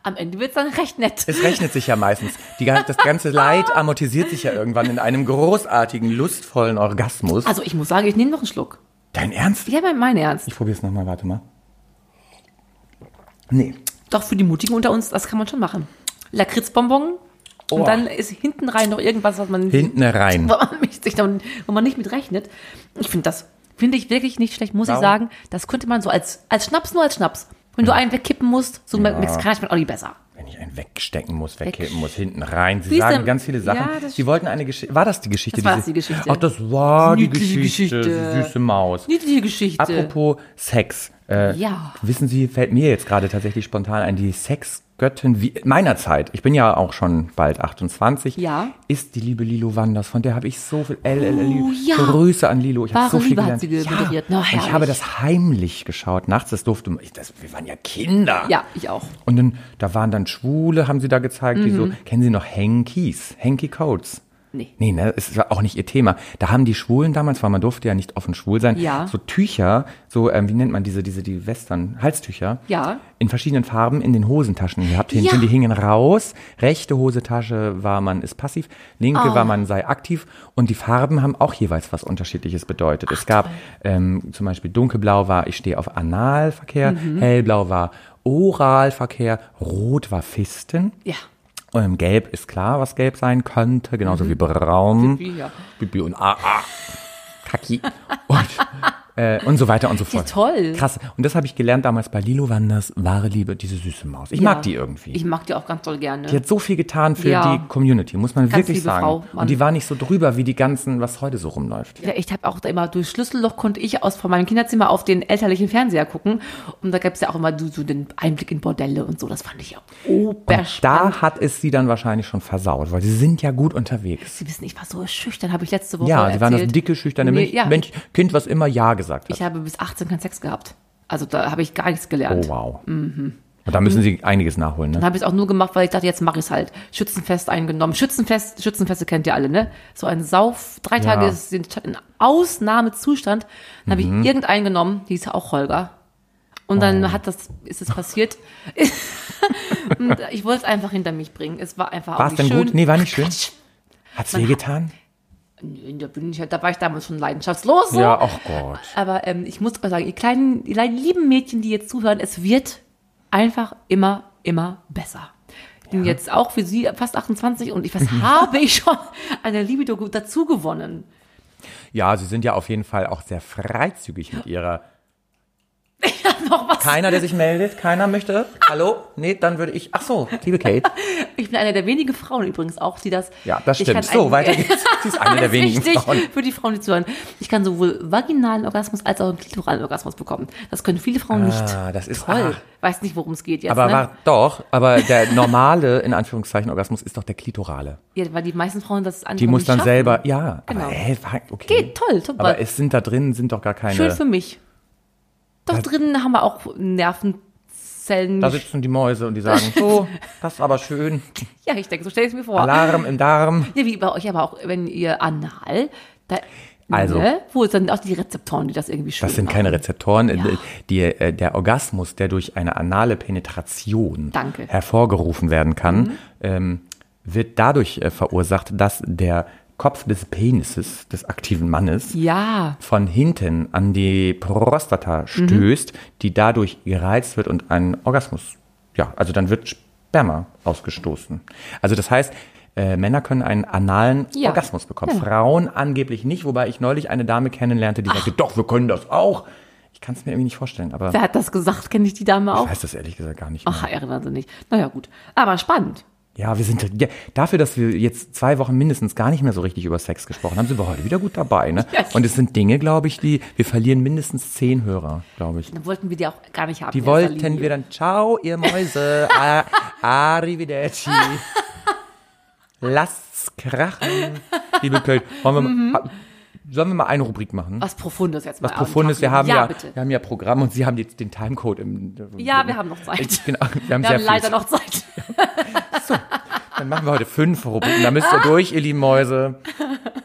[SPEAKER 2] Am Ende wird es dann recht nett.
[SPEAKER 1] Es rechnet sich ja meistens. Die, gan- das ganze Leid amortisiert sich ja irgendwann in einem großartigen, lustvollen Orgasmus.
[SPEAKER 2] Also ich muss sagen, ich nehme noch einen Schluck.
[SPEAKER 1] Dein Ernst?
[SPEAKER 2] Ja, mein, mein Ernst.
[SPEAKER 1] Ich probier's nochmal, warte mal. Nee.
[SPEAKER 2] Doch für die Mutigen unter uns, das kann man schon machen. Lakritzbonbon.
[SPEAKER 1] Oh.
[SPEAKER 2] Und dann ist hinten rein noch irgendwas, was man
[SPEAKER 1] Hinten rein.
[SPEAKER 2] wo man, mich, sich dann, wo man nicht mit rechnet. Ich finde das, finde ich wirklich nicht schlecht, muss ich
[SPEAKER 1] Warum?
[SPEAKER 2] sagen. Das könnte man so als, als Schnaps, nur als Schnaps. Wenn du einen wegkippen musst, so ja. mexikanisch wird auch nicht besser.
[SPEAKER 1] Wenn ich einen wegstecken muss, wegkippen muss, hinten rein. Sie
[SPEAKER 2] Siehst
[SPEAKER 1] sagen
[SPEAKER 2] du?
[SPEAKER 1] ganz viele Sachen.
[SPEAKER 2] Ja, das
[SPEAKER 1] Sie wollten eine Geschichte. War das die Geschichte?
[SPEAKER 2] Das war
[SPEAKER 1] sie-
[SPEAKER 2] die Geschichte.
[SPEAKER 1] Ach, das war die
[SPEAKER 2] Niedliche
[SPEAKER 1] Geschichte.
[SPEAKER 2] Geschichte.
[SPEAKER 1] Süße Maus.
[SPEAKER 2] Niedliche Geschichte.
[SPEAKER 1] Apropos Sex. Äh,
[SPEAKER 2] Ja.
[SPEAKER 1] Wissen Sie, fällt mir jetzt gerade tatsächlich spontan ein, die Sexgöttin wie meiner Zeit, ich bin ja auch schon bald 28,
[SPEAKER 2] Ja.
[SPEAKER 1] ist die liebe Lilo Wanders. Von der habe ich so viel. L, L, L, Lilo.
[SPEAKER 2] Oh, ja.
[SPEAKER 1] Grüße an Lilo. Ich habe
[SPEAKER 2] Wahre
[SPEAKER 1] so viel
[SPEAKER 2] Liebe hat
[SPEAKER 1] gelernt.
[SPEAKER 2] sie moderiert. Na,
[SPEAKER 1] Und
[SPEAKER 2] herrlich.
[SPEAKER 1] ich habe das heimlich geschaut. Nachts, das durfte ich, das, wir waren ja Kinder.
[SPEAKER 2] Ja, ich auch. Mhm.
[SPEAKER 1] Und dann, da waren dann Schwule, haben sie da gezeigt, die so, kennen Sie noch Hankies, Hanky Codes?
[SPEAKER 2] Nee.
[SPEAKER 1] Nee, ne, es war auch nicht ihr Thema. Da haben die Schwulen damals, weil man durfte ja nicht offen schwul sein,
[SPEAKER 2] Ja.
[SPEAKER 1] so Tücher, so, ähm, wie nennt man diese, diese, die Western, Halstücher.
[SPEAKER 2] Ja.
[SPEAKER 1] In verschiedenen Farben in den Hosentaschen gehabt. Hinten,
[SPEAKER 2] Ja.
[SPEAKER 1] Die hingen raus. Rechte Hosentasche war man ist passiv, linke
[SPEAKER 2] Ah.
[SPEAKER 1] war man sei aktiv. Und die Farben haben auch jeweils was Unterschiedliches bedeutet. es gab ähm, zum Beispiel dunkelblau war, ich stehe auf Analverkehr,
[SPEAKER 2] Mhm.
[SPEAKER 1] hellblau war Oralverkehr, rot war Fisten.
[SPEAKER 2] Ja.
[SPEAKER 1] Ähm, gelb ist klar, was gelb sein könnte, genauso wie braun.
[SPEAKER 2] Pipi, Mhm. ja.
[SPEAKER 1] Bibi und AA. Kaki. Und, äh, und so weiter und so fort.
[SPEAKER 2] toll.
[SPEAKER 1] Krass. Und das habe ich gelernt damals bei Lilo Wanders, wahre Liebe, diese süße Maus. Ich mag die irgendwie.
[SPEAKER 2] Ich mag die auch ganz toll gerne.
[SPEAKER 1] die hat so viel getan für
[SPEAKER 2] Ja.
[SPEAKER 1] die Community, muss man
[SPEAKER 2] Ganz
[SPEAKER 1] wirklich
[SPEAKER 2] liebe
[SPEAKER 1] sagen.
[SPEAKER 2] Frau, Mann.
[SPEAKER 1] und die war nicht so drüber wie die ganzen, was heute so rumläuft.
[SPEAKER 2] Ja, ich habe auch da immer durch Schlüsselloch konnte ich aus von meinem Kinderzimmer auf den elterlichen Fernseher gucken und da gab es ja auch immer so, so den Einblick in Bordelle und so. Das fand ich ja
[SPEAKER 1] Und da
[SPEAKER 2] oberspannend.
[SPEAKER 1] hat es sie dann wahrscheinlich schon versaut, weil sie sind ja gut unterwegs.
[SPEAKER 2] Sie wissen, ich war so schüchtern, habe ich letzte Woche
[SPEAKER 1] Ja,
[SPEAKER 2] erzählt.
[SPEAKER 1] sie waren das dicke, schüchterne
[SPEAKER 2] Nee,
[SPEAKER 1] Mensch,
[SPEAKER 2] ja,
[SPEAKER 1] Mensch, Kind, was immer Ja gesagt hat.
[SPEAKER 2] Ich habe bis 18 keinen Sex gehabt. Also da habe ich gar nichts gelernt.
[SPEAKER 1] Oh, wow.
[SPEAKER 2] Mhm.
[SPEAKER 1] Und da müssen sie einiges nachholen, ne?
[SPEAKER 2] Dann habe ich es auch nur gemacht, weil ich dachte, jetzt mache ich es halt. Schützenfest eingenommen. Schützenfest, Schützenfeste kennt ihr alle, ne? So ein Sauf, drei Tage sind in Ausnahmezustand. Dann
[SPEAKER 1] Mhm.
[SPEAKER 2] habe ich irgendeinen genommen, die hieß auch Holger. Und dann
[SPEAKER 1] Oh.
[SPEAKER 2] hat das, ist es passiert. Und ich wollte es einfach hinter mich bringen. Es war einfach
[SPEAKER 1] War es
[SPEAKER 2] auch nicht
[SPEAKER 1] denn
[SPEAKER 2] schön.
[SPEAKER 1] gut? Nee, war nicht schön.
[SPEAKER 2] Quatsch.
[SPEAKER 1] Hat's wehgetan?
[SPEAKER 2] Nö, Da bin ich halt, da war ich damals schon leidenschaftslos. So.
[SPEAKER 1] Ja, ach Gott.
[SPEAKER 2] Aber ähm, ich muss auch sagen, ihr kleinen, ihr kleinen lieben Mädchen, die jetzt zuhören, es wird einfach immer, immer besser. Ich bin jetzt auch für sie fast 28 und ich, was
[SPEAKER 1] Mhm.
[SPEAKER 2] habe ich schon an der Libido gut dazu gewonnen?
[SPEAKER 1] Ja, sie sind ja auf jeden Fall auch sehr freizügig mit ihrer.
[SPEAKER 2] Noch was?
[SPEAKER 1] Keiner, der sich meldet, keiner möchte. Hallo? Nee, dann würde ich. Ach so, liebe Kate.
[SPEAKER 2] Ich bin eine der wenigen Frauen übrigens auch, die das.
[SPEAKER 1] Ja, das
[SPEAKER 2] Ich kann
[SPEAKER 1] stimmt. So,
[SPEAKER 2] ein-
[SPEAKER 1] weiter geht's. Sie ist eine der wenigen
[SPEAKER 2] Richtig,
[SPEAKER 1] Frauen.
[SPEAKER 2] für die Frauen, die zuhören. Ich kann sowohl vaginalen Orgasmus als auch einen klitoralen Orgasmus bekommen. Das können viele Frauen
[SPEAKER 1] Ah,
[SPEAKER 2] nicht.
[SPEAKER 1] das ist
[SPEAKER 2] Toll.
[SPEAKER 1] ah.
[SPEAKER 2] Weiß nicht, worum es geht jetzt.
[SPEAKER 1] Aber
[SPEAKER 2] ne?
[SPEAKER 1] war doch, aber der normale, in Anführungszeichen, Orgasmus ist doch der klitorale.
[SPEAKER 2] ja, weil die meisten Frauen das andere
[SPEAKER 1] Die muss
[SPEAKER 2] nicht
[SPEAKER 1] dann
[SPEAKER 2] schaffen.
[SPEAKER 1] selber, ja.
[SPEAKER 2] Genau.
[SPEAKER 1] Aber, hä, war- okay.
[SPEAKER 2] Geht toll, super.
[SPEAKER 1] Aber es sind da drin, sind doch gar keine.
[SPEAKER 2] Schön für mich. Doch drinnen haben wir auch Nervenzellen.
[SPEAKER 1] da sitzen die Mäuse und die sagen, so, das ist aber schön.
[SPEAKER 2] ja, ich denke, so stell ich es mir vor.
[SPEAKER 1] Alarm im Darm.
[SPEAKER 2] Ja, wie bei euch aber auch, wenn ihr anal, da,
[SPEAKER 1] Also.
[SPEAKER 2] ne, wo sind auch die Rezeptoren, die das irgendwie schön
[SPEAKER 1] Das sind
[SPEAKER 2] machen.
[SPEAKER 1] keine Rezeptoren.
[SPEAKER 2] Ja.
[SPEAKER 1] Die, äh, der Orgasmus, der durch eine anale Penetration
[SPEAKER 2] Danke. Mhm.
[SPEAKER 1] hervorgerufen werden kann, ähm, wird dadurch äh, verursacht, dass der Kopf des Penises des aktiven Mannes
[SPEAKER 2] Ja.
[SPEAKER 1] von hinten an die
[SPEAKER 2] Mhm.
[SPEAKER 1] Prostata stößt, die dadurch gereizt wird und einen Orgasmus, ja, also dann wird Sperma ausgestoßen. Also das heißt, äh, Männer können einen analen
[SPEAKER 2] Ja. genau.
[SPEAKER 1] Orgasmus bekommen.
[SPEAKER 2] Ja.
[SPEAKER 1] Frauen angeblich nicht, wobei ich neulich eine Dame kennenlernte, die sagte, doch, wir können das auch. Ich kann es mir irgendwie nicht vorstellen, aber
[SPEAKER 2] Wer hat das gesagt? Kenne ich die Dame
[SPEAKER 1] ich
[SPEAKER 2] auch?
[SPEAKER 1] weiß das ehrlich gesagt gar nicht. Mehr.
[SPEAKER 2] Ach, erinnern Sie nicht. Naja, gut. Aber spannend.
[SPEAKER 1] Ja, wir sind ja, dafür, dass wir jetzt zwei Wochen mindestens gar nicht mehr so richtig über Sex gesprochen haben, sind wir heute wieder gut dabei. Ne?
[SPEAKER 2] Yes.
[SPEAKER 1] Und es sind Dinge, glaube ich, die wir verlieren mindestens zehn Hörer, glaube ich.
[SPEAKER 2] Dann wollten wir die auch gar nicht haben.
[SPEAKER 1] Die
[SPEAKER 2] in erster
[SPEAKER 1] wollten
[SPEAKER 2] Linie.
[SPEAKER 1] wir dann. Ciao, ihr Mäuse. A- Arrivederci. Lasst's krachen, liebe Köln. Wollen wir, ha- sollen wir mal eine Rubrik machen?
[SPEAKER 2] Mhm. Was Profundes jetzt mal.
[SPEAKER 1] Was
[SPEAKER 2] am Tag
[SPEAKER 1] Profundes, wir
[SPEAKER 2] legen.
[SPEAKER 1] haben
[SPEAKER 2] ja,
[SPEAKER 1] ja,
[SPEAKER 2] bitte.
[SPEAKER 1] wir haben ja Programm und Sie haben jetzt den Timecode im.
[SPEAKER 2] Ja, wir haben noch Zeit.
[SPEAKER 1] Ich- Genau, wir haben,
[SPEAKER 2] Wir
[SPEAKER 1] sehr
[SPEAKER 2] haben
[SPEAKER 1] viel
[SPEAKER 2] leider
[SPEAKER 1] Zeit.
[SPEAKER 2] noch Zeit.
[SPEAKER 1] Dann machen wir heute fünf Rubriken. Da müsst ihr durch, ihr lieben Mäuse.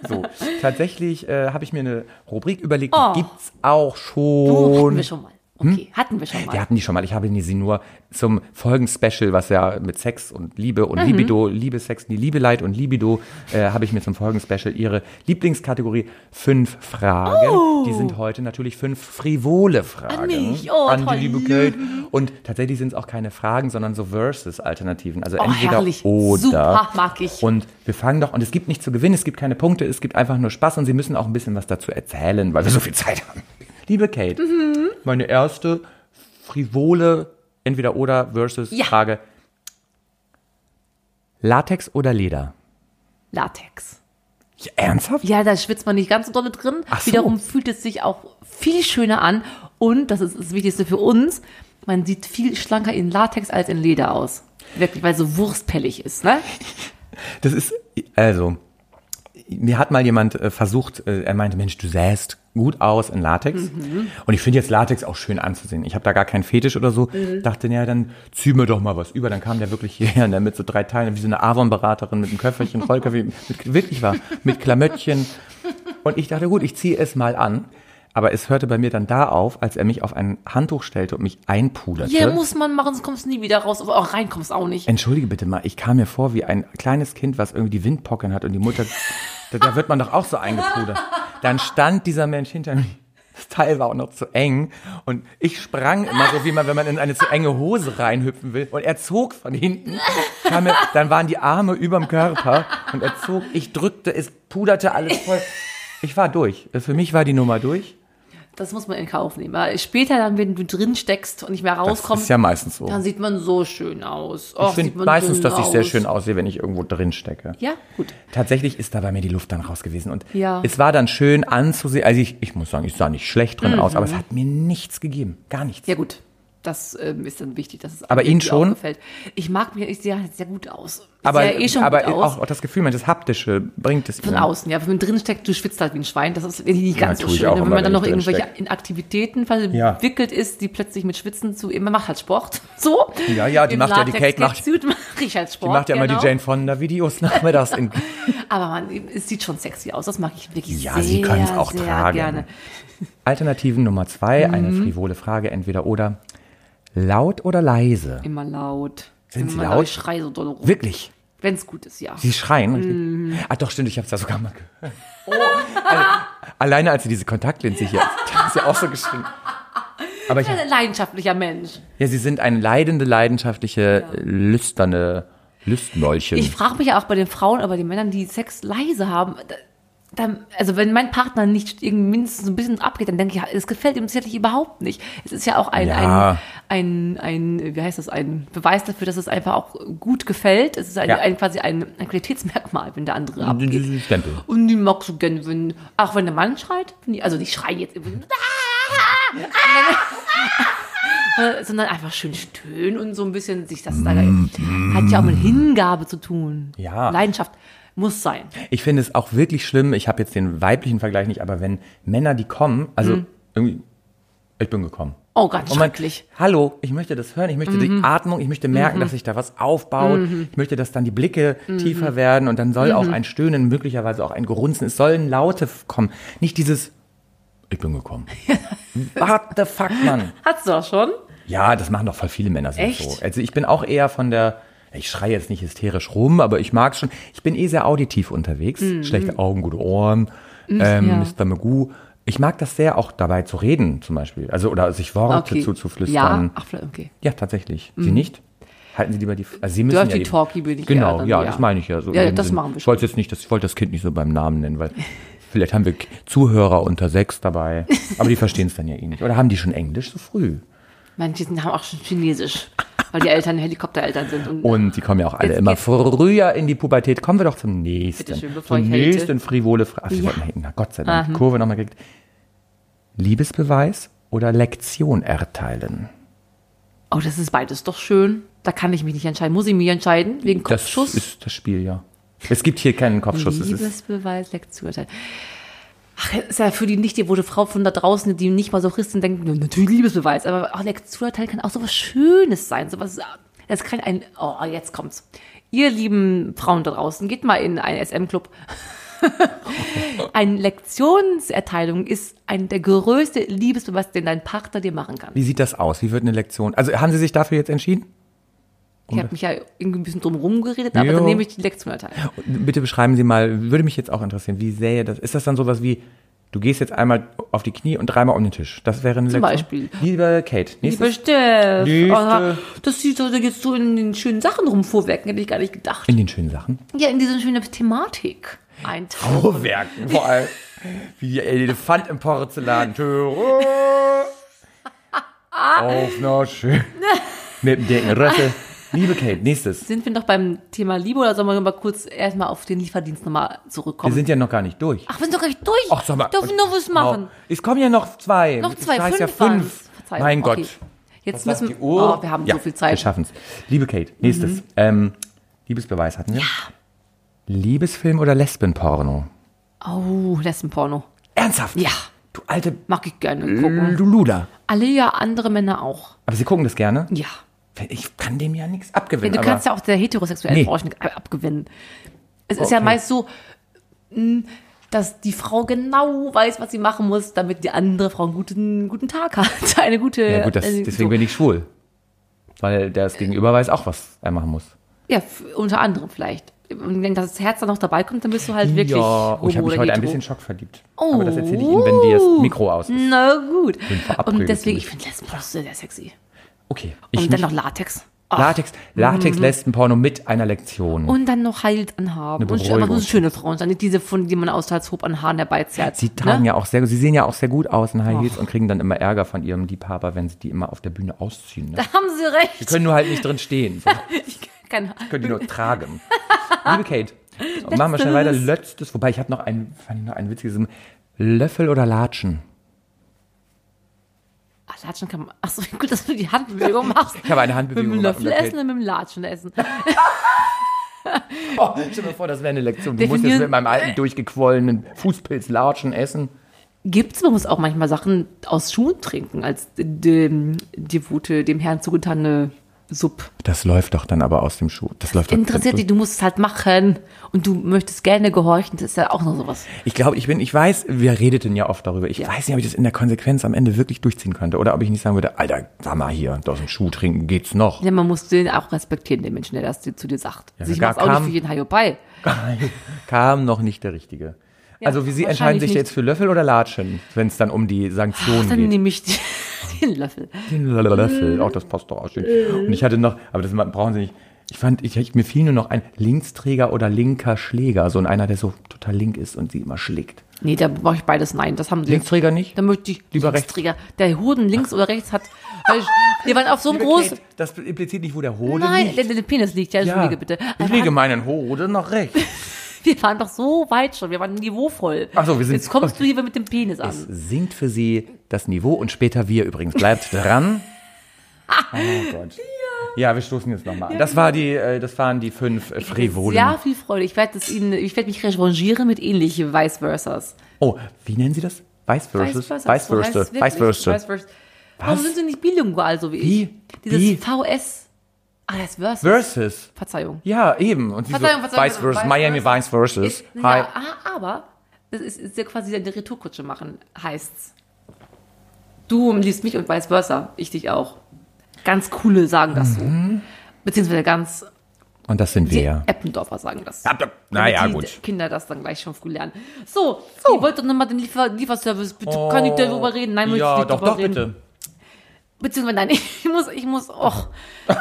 [SPEAKER 1] So, tatsächlich äh, habe ich mir eine Rubrik überlegt,
[SPEAKER 2] Oh.
[SPEAKER 1] die gibt's auch
[SPEAKER 2] Oh,
[SPEAKER 1] schon.
[SPEAKER 2] hatten wir schon mal.
[SPEAKER 1] Hm?
[SPEAKER 2] Okay, hatten wir schon mal.
[SPEAKER 1] Wir hatten die schon mal. Ich habe die sie nur zum Folgenspecial, was ja mit Sex und Liebe
[SPEAKER 2] Mhm.
[SPEAKER 1] und Libido, Liebe, Sex, die Liebe, Leid und Libido, äh, habe ich mir zum Folgenspecial ihre Lieblingskategorie fünf Fragen. Die sind heute natürlich fünf frivole Fragen
[SPEAKER 2] Oh. mich. Oh,
[SPEAKER 1] an
[SPEAKER 2] toll.
[SPEAKER 1] die liebe Kate. Und tatsächlich sind es auch keine Fragen, sondern so Versus-Alternativen. Also
[SPEAKER 2] Oh,
[SPEAKER 1] entweder
[SPEAKER 2] herrlich.
[SPEAKER 1] oder.
[SPEAKER 2] Super, mag ich.
[SPEAKER 1] Und wir fangen doch, und es gibt nichts zu gewinnen, es gibt keine Punkte, es gibt einfach nur Spaß und Sie müssen auch ein bisschen was dazu erzählen, weil wir so viel Zeit haben. Liebe
[SPEAKER 2] Mhm.
[SPEAKER 1] Kate, meine erste frivole entweder oder versus
[SPEAKER 2] Ja.
[SPEAKER 1] Frage. Latex oder Leder?
[SPEAKER 2] Latex.
[SPEAKER 1] Ja, ernsthaft?
[SPEAKER 2] Ja, da schwitzt man nicht ganz so dolle drin.
[SPEAKER 1] Ach so.
[SPEAKER 2] Wiederum fühlt es sich auch viel schöner an. Und, das ist das Wichtigste für uns, man sieht viel schlanker in Latex als in Leder aus. Wirklich, weil so wurstpellig ist, ne?
[SPEAKER 1] Das ist, also, mir hat mal jemand äh, versucht, äh, er meinte, Mensch, du säst gut aus in Latex. Und ich finde jetzt Latex auch schön anzusehen. Ich habe da gar keinen Fetisch oder so. Dachte, ja, dann zieh mir doch mal was über. Dann kam der wirklich hierher ne, mit so drei Teilen, wie so eine Avon-Beraterin mit einem Köfferchen, Rollköfferchen, mit, wirklich war, mit Klamöttchen. Und ich dachte, gut, ich ziehe es mal an. Aber es hörte bei mir dann da auf, als er mich auf ein Handtuch stellte und mich einpuderte.
[SPEAKER 2] Ja, muss man machen, sonst kommst du nie wieder raus. Aber auch rein kommst auch nicht.
[SPEAKER 1] Entschuldige bitte mal, ich kam mir vor wie ein kleines Kind, was irgendwie die Windpocken hat und die Mutter, da, da wird man doch auch so eingepudert. Dann stand dieser Mensch hinter mir. Das Teil war auch noch zu eng und ich sprang immer so, wie man, wenn man in eine zu enge Hose reinhüpfen will und er zog von hinten, kam mir, dann waren die Arme überm Körper und er zog, ich drückte, es puderte alles voll. Ich war durch. Für mich war die Nummer durch.
[SPEAKER 2] Das muss man in Kauf nehmen. Aber später dann, wenn du drin steckst und nicht mehr
[SPEAKER 1] Das
[SPEAKER 2] rauskommst,
[SPEAKER 1] ist ja meistens so.
[SPEAKER 2] dann sieht man so schön aus.
[SPEAKER 1] Ich finde meistens, dass ich sehr schön aussehe, wenn ich irgendwo drin stecke.
[SPEAKER 2] Ja, gut.
[SPEAKER 1] Tatsächlich ist da bei mir die Luft dann raus gewesen. Und
[SPEAKER 2] Ja.
[SPEAKER 1] es war dann schön anzusehen. Also ich, ich muss sagen, ich sah nicht schlecht drin aus, aber es hat mir nichts gegeben. Gar nichts.
[SPEAKER 2] Mhm. Ja, gut. Das ähm, ist dann wichtig, dass es
[SPEAKER 1] Aber
[SPEAKER 2] anderen
[SPEAKER 1] Ihnen
[SPEAKER 2] Leuten
[SPEAKER 1] schon?
[SPEAKER 2] auch gefällt. Ich mag mich, ich sehe halt sehr gut aus. Ich
[SPEAKER 1] aber
[SPEAKER 2] sehe ja eh schon
[SPEAKER 1] aber
[SPEAKER 2] gut aus.
[SPEAKER 1] Auch, auch das Gefühl, man, das Haptische bringt es
[SPEAKER 2] Von
[SPEAKER 1] Ihnen.
[SPEAKER 2] außen, ja. Wenn man drin steckt, du schwitzt halt wie ein Schwein. Das ist nicht ganz
[SPEAKER 1] Ja,
[SPEAKER 2] so
[SPEAKER 1] tue ich
[SPEAKER 2] schön.
[SPEAKER 1] auch
[SPEAKER 2] wenn
[SPEAKER 1] immer,
[SPEAKER 2] man dann
[SPEAKER 1] wenn
[SPEAKER 2] noch
[SPEAKER 1] ich drin
[SPEAKER 2] irgendwelche
[SPEAKER 1] steck.
[SPEAKER 2] Inaktivitäten
[SPEAKER 1] Ja.
[SPEAKER 2] verwickelt ist, die plötzlich mit Schwitzen zu. Man macht halt Sport. So.
[SPEAKER 1] Ja, ja, die
[SPEAKER 2] Im
[SPEAKER 1] macht ja, die Kate macht-
[SPEAKER 2] Latex-Catsuit mache ich halt
[SPEAKER 1] Die
[SPEAKER 2] Sport.
[SPEAKER 1] macht ja immer
[SPEAKER 2] genau.
[SPEAKER 1] die Jane Fonda-Videos nachmittags in.
[SPEAKER 2] Aber man, es sieht schon sexy aus. Das mag ich wirklich
[SPEAKER 1] Ja,
[SPEAKER 2] sehr,
[SPEAKER 1] sie können's auch
[SPEAKER 2] sehr
[SPEAKER 1] tragen.
[SPEAKER 2] gerne.
[SPEAKER 1] Alternativen Nummer zwei, eine
[SPEAKER 2] Mhm.
[SPEAKER 1] frivole Frage, entweder oder. Laut oder leise?
[SPEAKER 2] Immer laut.
[SPEAKER 1] Sind
[SPEAKER 2] Immer
[SPEAKER 1] sie laut?
[SPEAKER 2] Ich schreie so doll rum.
[SPEAKER 1] Wirklich?
[SPEAKER 2] Wenn es gut ist, ja.
[SPEAKER 1] Sie schreien, richtig?
[SPEAKER 2] Mhm.
[SPEAKER 1] Ah, doch, stimmt, ich hab's ja sogar mal gehört.
[SPEAKER 2] Oh.
[SPEAKER 1] also, alleine als sie diese Kontaktlinse hier, da ist ja auch so geschrien. Aber ich,
[SPEAKER 2] Ich bin ein leidenschaftlicher Mensch.
[SPEAKER 1] ja, sie sind eine leidende, leidenschaftliche, lüsterne Lüstmäulchen.
[SPEAKER 2] Ich frage mich ja auch bei den Frauen, aber bei den Männern, die Sex leise haben, da- dann, also wenn mein Partner nicht irgendwie mindestens so ein bisschen abgeht, dann denke ich, ja, es gefällt ihm sicherlich überhaupt nicht. Es ist ja auch ein,
[SPEAKER 1] Ja.
[SPEAKER 2] ein, ein, ein, wie heißt das, ein Beweis dafür, dass es einfach auch gut gefällt. Es ist ein,
[SPEAKER 1] Ja.
[SPEAKER 2] ein, quasi ein, ein Qualitätsmerkmal, wenn der andere abgeht.
[SPEAKER 1] Diesen Stempel.
[SPEAKER 2] Und die mag so gern, wenn, auch wenn der Mann schreit, wenn die, also die schreien jetzt immer, äh, sondern einfach schön stöhnen und so ein bisschen sich das da, hat ja auch mit Hingabe zu tun.
[SPEAKER 1] Mhm. Ja.
[SPEAKER 2] Leidenschaft muss sein.
[SPEAKER 1] Ich finde es auch wirklich schlimm, ich habe jetzt den weiblichen Vergleich nicht, aber wenn Männer, die kommen, also irgendwie, ich bin gekommen.
[SPEAKER 2] Mhm. Oh, ganz
[SPEAKER 1] Und man-
[SPEAKER 2] schrecklich. Mhm.
[SPEAKER 1] Hallo, ich möchte das hören, ich möchte die Atmung, ich möchte merken, dass sich da was aufbaut, ich möchte, dass dann die Blicke
[SPEAKER 2] Mhm.
[SPEAKER 1] tiefer werden und dann soll auch ein Stöhnen, möglicherweise auch ein Grunzen, es sollen Laute f- kommen, nicht dieses ich bin gekommen. What the fuck, Mann?
[SPEAKER 2] Hat's doch schon.
[SPEAKER 1] Ja, das machen doch voll viele Männer sind
[SPEAKER 2] Echt?
[SPEAKER 1] so. Also ich bin auch eher von der ich schreie jetzt nicht hysterisch rum, aber ich mag schon. Ich bin eh sehr auditiv unterwegs. Schlechte Augen, gute Ohren, ähm,
[SPEAKER 2] Mhm. ja.
[SPEAKER 1] Mr. Magoo. Ich mag das sehr, auch dabei zu reden zum Beispiel. Also, oder sich Worte
[SPEAKER 2] Okay.
[SPEAKER 1] zuzuflüstern.
[SPEAKER 2] Ja, ach, vielleicht, okay.
[SPEAKER 1] Ja, tatsächlich. Sie nicht? Halten Sie lieber die. Also Sie müssen
[SPEAKER 2] Dirty
[SPEAKER 1] ja die,
[SPEAKER 2] Talky bin ich eher
[SPEAKER 1] Genau,
[SPEAKER 2] dann,
[SPEAKER 1] ja,
[SPEAKER 2] ja.
[SPEAKER 1] das meine ich ja. So
[SPEAKER 2] Ja,
[SPEAKER 1] in dem
[SPEAKER 2] das
[SPEAKER 1] Sinn.
[SPEAKER 2] machen wir
[SPEAKER 1] Ich wollte jetzt nicht, das, ich wollte das Kind nicht so beim Namen nennen, weil vielleicht haben wir K- Zuhörer unter sechs dabei. Aber die verstehen es dann ja eh nicht. Oder haben die schon Englisch so früh?
[SPEAKER 2] Manche sind, haben auch schon Chinesisch, weil die Eltern Helikoptereltern sind. Und,
[SPEAKER 1] Und die kommen ja auch alle
[SPEAKER 2] Jetzt
[SPEAKER 1] immer
[SPEAKER 2] geht's-
[SPEAKER 1] früher in die Pubertät. Kommen wir doch zum nächsten.
[SPEAKER 2] Bitteschön, bevor
[SPEAKER 1] zum
[SPEAKER 2] ich hate.
[SPEAKER 1] nächsten frivole Frage. Ach, Sie
[SPEAKER 2] Ja.
[SPEAKER 1] wollten haten. Na Gott sei Dank. Kurve nochmal gekriegt. Liebesbeweis oder Lektion erteilen?
[SPEAKER 2] oh, das ist beides doch schön. Da kann ich mich nicht entscheiden. Muss ich mich entscheiden? Wegen
[SPEAKER 1] Das
[SPEAKER 2] Kopfschuss?
[SPEAKER 1] ist das Spiel, ja. Es gibt hier keinen Kopfschuss. Es ist,
[SPEAKER 2] Liebesbeweis, Lektion. Ach, ist ja für die nicht devote Frau von da draußen, die nicht mal so Christen denkt, "Ja, natürlich Liebesbeweis, aber auch Lektionerteil kann auch sowas Schönes sein, sowas, ah, das kann ein, oh, jetzt kommt's. Ihr lieben Frauen da draußen, geht mal in einen SM-Club. Eine Lektionserteilung ist ein, der größte Liebesbeweis, den dein Partner dir machen kann.
[SPEAKER 1] wie sieht das aus? Wie wird eine Lektion? Also haben Sie sich dafür jetzt entschieden?
[SPEAKER 2] Ich habe mich ja irgendwie ein bisschen drum rumgeredet, aber
[SPEAKER 1] Jo.
[SPEAKER 2] dann nehme ich die Lektionerteil.
[SPEAKER 1] Bitte beschreiben Sie mal, würde mich jetzt auch interessieren, wie sähe das? Ist das dann sowas wie, du gehst jetzt einmal auf die Knie und dreimal um den Tisch? Das wäre eine
[SPEAKER 2] Zum
[SPEAKER 1] Lektion.
[SPEAKER 2] Beispiel.
[SPEAKER 1] Liebe Kate,
[SPEAKER 2] Lieber
[SPEAKER 1] nächstes.
[SPEAKER 2] Steff,
[SPEAKER 1] Nächste.
[SPEAKER 2] oh, das sieht so, da geht's so in den schönen Sachen rum vorweg, hätte ich gar nicht gedacht.
[SPEAKER 1] In den schönen Sachen.
[SPEAKER 2] ja, in diese schöne Thematik. Ein Tag.
[SPEAKER 1] Uhrwerken vor allem. Wie der Elefant im Porzellan. Türe. auf einer schönen... Mit dem dicken Rössel. Liebe Kate, nächstes.
[SPEAKER 2] Sind wir noch beim Thema Liebe oder sollen wir mal kurz erstmal auf den Lieferdienst nochmal
[SPEAKER 1] Wir
[SPEAKER 2] zurückkommen?
[SPEAKER 1] sind ja noch gar nicht durch.
[SPEAKER 2] Ach, wir sind doch gleich durch.
[SPEAKER 1] Ach, sag mal.
[SPEAKER 2] Dürfen wir noch was machen?
[SPEAKER 1] Oh, es kommen ja noch zwei.
[SPEAKER 2] Noch zwei,
[SPEAKER 1] das heißt
[SPEAKER 2] fünf,
[SPEAKER 1] ja fünf.
[SPEAKER 2] waren's. Verzeihung,
[SPEAKER 1] Mein
[SPEAKER 2] okay.
[SPEAKER 1] Gott. Was
[SPEAKER 2] Jetzt müssen
[SPEAKER 1] sagt
[SPEAKER 2] wir,
[SPEAKER 1] die Uhr?
[SPEAKER 2] oh, wir haben
[SPEAKER 1] ja,
[SPEAKER 2] so viel
[SPEAKER 1] Wir
[SPEAKER 2] Zeit. Mhm.
[SPEAKER 1] schaffen's. Liebe Kate, nächstes. Ähm, Liebesbeweis hatten wir. Ja. Liebesfilm oder Lesbenporno?
[SPEAKER 2] Oh, das ist ein Porno.
[SPEAKER 1] Ernsthaft?
[SPEAKER 2] Ja.
[SPEAKER 1] Du alte
[SPEAKER 2] Mag ich gerne gucken.
[SPEAKER 1] du Luder.
[SPEAKER 2] Alle ja, andere Männer auch.
[SPEAKER 1] Aber sie gucken das gerne?
[SPEAKER 2] Ja.
[SPEAKER 1] Ich kann dem ja nichts abgewinnen.
[SPEAKER 2] Du
[SPEAKER 1] aber
[SPEAKER 2] kannst ja auch der heterosexuellen
[SPEAKER 1] Nee.
[SPEAKER 2] Branche nicht ab- abgewinnen. Es ist ja
[SPEAKER 1] Okay.
[SPEAKER 2] meist so, mh, dass die Frau genau weiß, was sie machen muss, damit die andere Frau einen guten, guten Tag hat. Eine gute.
[SPEAKER 1] ja gut, das,
[SPEAKER 2] äh,
[SPEAKER 1] deswegen
[SPEAKER 2] so.
[SPEAKER 1] bin ich schwul. Weil das Gegenüber weiß auch, was er machen muss.
[SPEAKER 2] Ja, f- unter anderem vielleicht. Und wenn das Herz dann noch dabei kommt, dann bist du halt wirklich.
[SPEAKER 1] ja, oh, ich habe mich
[SPEAKER 2] homo oder
[SPEAKER 1] heute ein
[SPEAKER 2] hetero.
[SPEAKER 1] bisschen schockverliebt. Aber das erzähle ich Ihnen, wenn
[SPEAKER 2] Oh.
[SPEAKER 1] dir das Mikro aus ist.
[SPEAKER 2] Na gut.
[SPEAKER 1] verabredet
[SPEAKER 2] Und deswegen,
[SPEAKER 1] nicht.
[SPEAKER 2] ich finde Lesbenpornos sehr, sehr sexy.
[SPEAKER 1] Okay.
[SPEAKER 2] Und
[SPEAKER 1] Ich nicht.
[SPEAKER 2] dann noch Latex. Ah.
[SPEAKER 1] Latex, Latex Lesbenporno mit einer Lektion.
[SPEAKER 2] Und dann noch Heils anhaben.
[SPEAKER 1] Eine
[SPEAKER 2] Und schön- aber
[SPEAKER 1] Beruhigung.
[SPEAKER 2] so schöne Frauen sein. Nicht diese, von die man aus Halshob an Haaren herbeizerrt. Ne?
[SPEAKER 1] Sie tragen ja auch sehr, sie sehen ja auch sehr gut aus in High Heels und kriegen dann immer Ärger von ihrem Liebhaber, wenn sie die immer auf der Bühne ausziehen. Ne?
[SPEAKER 2] Da haben sie
[SPEAKER 1] Die
[SPEAKER 2] recht.
[SPEAKER 1] können nur halt nicht drin stehen, so
[SPEAKER 2] Ich kann,
[SPEAKER 1] können die nur tragen. Liebe Kate, machen wir schnell weiter. Letztes, wobei ich habe noch ein, fand ich noch ein witziges Löffel oder Latschen.
[SPEAKER 2] ach, Latschen kann man. Ach so, gut, dass du die Handbewegung machst.
[SPEAKER 1] Ich habe eine Handbewegung
[SPEAKER 2] mit dem
[SPEAKER 1] gemacht.
[SPEAKER 2] Löffel
[SPEAKER 1] Mit
[SPEAKER 2] essen
[SPEAKER 1] Kate.
[SPEAKER 2] und mit dem Latschen essen.
[SPEAKER 1] Oh, stell dir vor, das wäre eine Lektion. Du musst jetzt
[SPEAKER 2] Definieren-
[SPEAKER 1] mit meinem alten durchgequollenen Fußpilz Latschen essen.
[SPEAKER 2] Gibt's, man muss auch manchmal Sachen aus Schuhen trinken, als dem Devote, dem Herrn zugetane Sub.
[SPEAKER 1] Das läuft doch dann aber aus dem Schuh. Das läuft doch-
[SPEAKER 2] Interessiert dich, du musst es halt machen und du möchtest gerne gehorchen, das ist ja auch noch sowas.
[SPEAKER 1] Ich glaube, ich bin, ich weiß, wir redeten ja oft darüber. Ich
[SPEAKER 2] Ja.
[SPEAKER 1] weiß nicht, ob ich das in der Konsequenz am Ende wirklich durchziehen könnte. Oder ob ich nicht sagen würde, Alter, sag mal hier, aus dem Schuh trinken geht's noch.
[SPEAKER 2] Ja, man muss den auch respektieren, den Menschen, der das dir- zu dir sagt. also ich
[SPEAKER 1] gar
[SPEAKER 2] mach's auch nicht
[SPEAKER 1] kam-
[SPEAKER 2] für jeden Haiopai.
[SPEAKER 1] Kam noch nicht der Richtige. also wie Sie entscheiden sich
[SPEAKER 2] wahrscheinlich nicht.
[SPEAKER 1] jetzt für Löffel oder Latschen, wenn es dann um die Sanktionen
[SPEAKER 2] Dann
[SPEAKER 1] geht.
[SPEAKER 2] nehme ich die- den Löffel.
[SPEAKER 1] Den Löffel, auch das passt doch auch schön. Und ich hatte noch, aber das brauchen Sie nicht. Ich fand, ich, ich, mir fiel nur noch ein Linksträger oder linker Schläger, so ein einer, der so total link ist und sie immer schlägt.
[SPEAKER 2] Nee, da mache ich beides nein. Das haben sie.
[SPEAKER 1] Linksträger nicht?
[SPEAKER 2] Da möchte ich
[SPEAKER 1] Lieber
[SPEAKER 2] Linksträger. Der Hoden links oder rechts hat. Weil ich, wir waren auf so einem
[SPEAKER 1] Liebe
[SPEAKER 2] großen.
[SPEAKER 1] Kate, das impliziert nicht, wo der Hoden
[SPEAKER 2] Nein,
[SPEAKER 1] liegt.
[SPEAKER 2] der, der Penis liegt, ja, entschuldige bitte.
[SPEAKER 1] Ich
[SPEAKER 2] Wir
[SPEAKER 1] lege
[SPEAKER 2] waren,
[SPEAKER 1] meinen Hoden nach rechts.
[SPEAKER 2] wir waren doch so weit schon, wir waren niveauvoll.
[SPEAKER 1] Ach so, wir sind-
[SPEAKER 2] Jetzt kommst du hier mit dem Penis an.
[SPEAKER 1] sinkt für sie das Niveau und später wir übrigens. Bleibt dran. Oh Gott. Ja, wir stoßen jetzt nochmal an. Das, war die, äh, das waren die fünf äh, Frivolen.
[SPEAKER 2] Ja, viel Freude. Ich werde das Ihnen, ich werde mich revanchieren mit ähnlichen Vice Versas.
[SPEAKER 1] Oh, wie nennen sie das? Vice versus? Vice versus. Vice versus.
[SPEAKER 2] versus. Warum sind Sie nicht bilingual so wie
[SPEAKER 1] Wie?
[SPEAKER 2] ich? Dieses
[SPEAKER 1] Wie?
[SPEAKER 2] VS. Ah, das Versus.
[SPEAKER 1] Versus.
[SPEAKER 2] Verzeihung.
[SPEAKER 1] Ja, eben. Und wieso?
[SPEAKER 2] Verzeihung, Verzeihung,
[SPEAKER 1] Vice versus.
[SPEAKER 2] Vice
[SPEAKER 1] Miami Vice versus.
[SPEAKER 2] Ist,
[SPEAKER 1] Hi.
[SPEAKER 2] ja, ah, aber das ist, ist ja quasi eine Retourkutsche machen, heißt's. Du liebst mich und Mhm. vice versa, ich dich auch. Ganz coole sagen das so. Beziehungsweise ganz
[SPEAKER 1] Und das sind
[SPEAKER 2] Die
[SPEAKER 1] wir.
[SPEAKER 2] Eppendorfer sagen das.
[SPEAKER 1] Ab- ab- na ja,
[SPEAKER 2] die
[SPEAKER 1] gut.
[SPEAKER 2] Kinder das dann gleich schon früh lernen. So, ich wollte doch nochmal den Liefer Lieferservice, bitte, kann ich darüber reden? Nein, möchte ich
[SPEAKER 1] ja,
[SPEAKER 2] nicht
[SPEAKER 1] doch,
[SPEAKER 2] drüber
[SPEAKER 1] doch,
[SPEAKER 2] reden.
[SPEAKER 1] bitte.
[SPEAKER 2] Beziehungsweise, nein, ich muss, ich muss, och,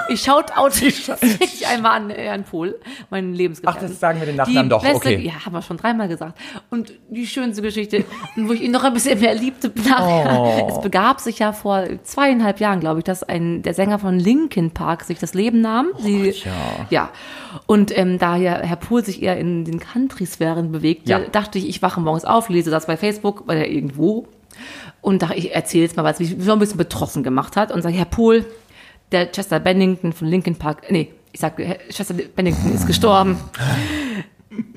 [SPEAKER 2] ich schaut out tatsächlich einmal an Herrn Pohl, meinen Lebensgefährten.
[SPEAKER 1] Ach, das sagen wir den Nachnamen
[SPEAKER 2] die
[SPEAKER 1] doch,
[SPEAKER 2] beste,
[SPEAKER 1] okay.
[SPEAKER 2] Ja, haben wir schon dreimal gesagt. Und die schönste Geschichte, und wo ich ihn noch ein bisschen mehr liebte nachher.
[SPEAKER 1] Oh.
[SPEAKER 2] Es begab sich ja vor zweieinhalb Jahren, glaube ich, dass ein, der Sänger von Linkin Park sich das Leben nahm. Sie,
[SPEAKER 1] Oh ja.
[SPEAKER 2] ja. Und ähm, da ja Herr Pohl sich eher in den Country-Sphären bewegte,
[SPEAKER 1] Ja.
[SPEAKER 2] dachte ich, ich wache morgens auf, lese das bei Facebook oder irgendwo und dachte, ich erzähle es mal, weil es mich so ein bisschen betroffen gemacht hat und sage, Herr Pohl, der Chester Bennington von Linkin Park, nee, ich sagte, Herr Chester Bennington ist gestorben. Und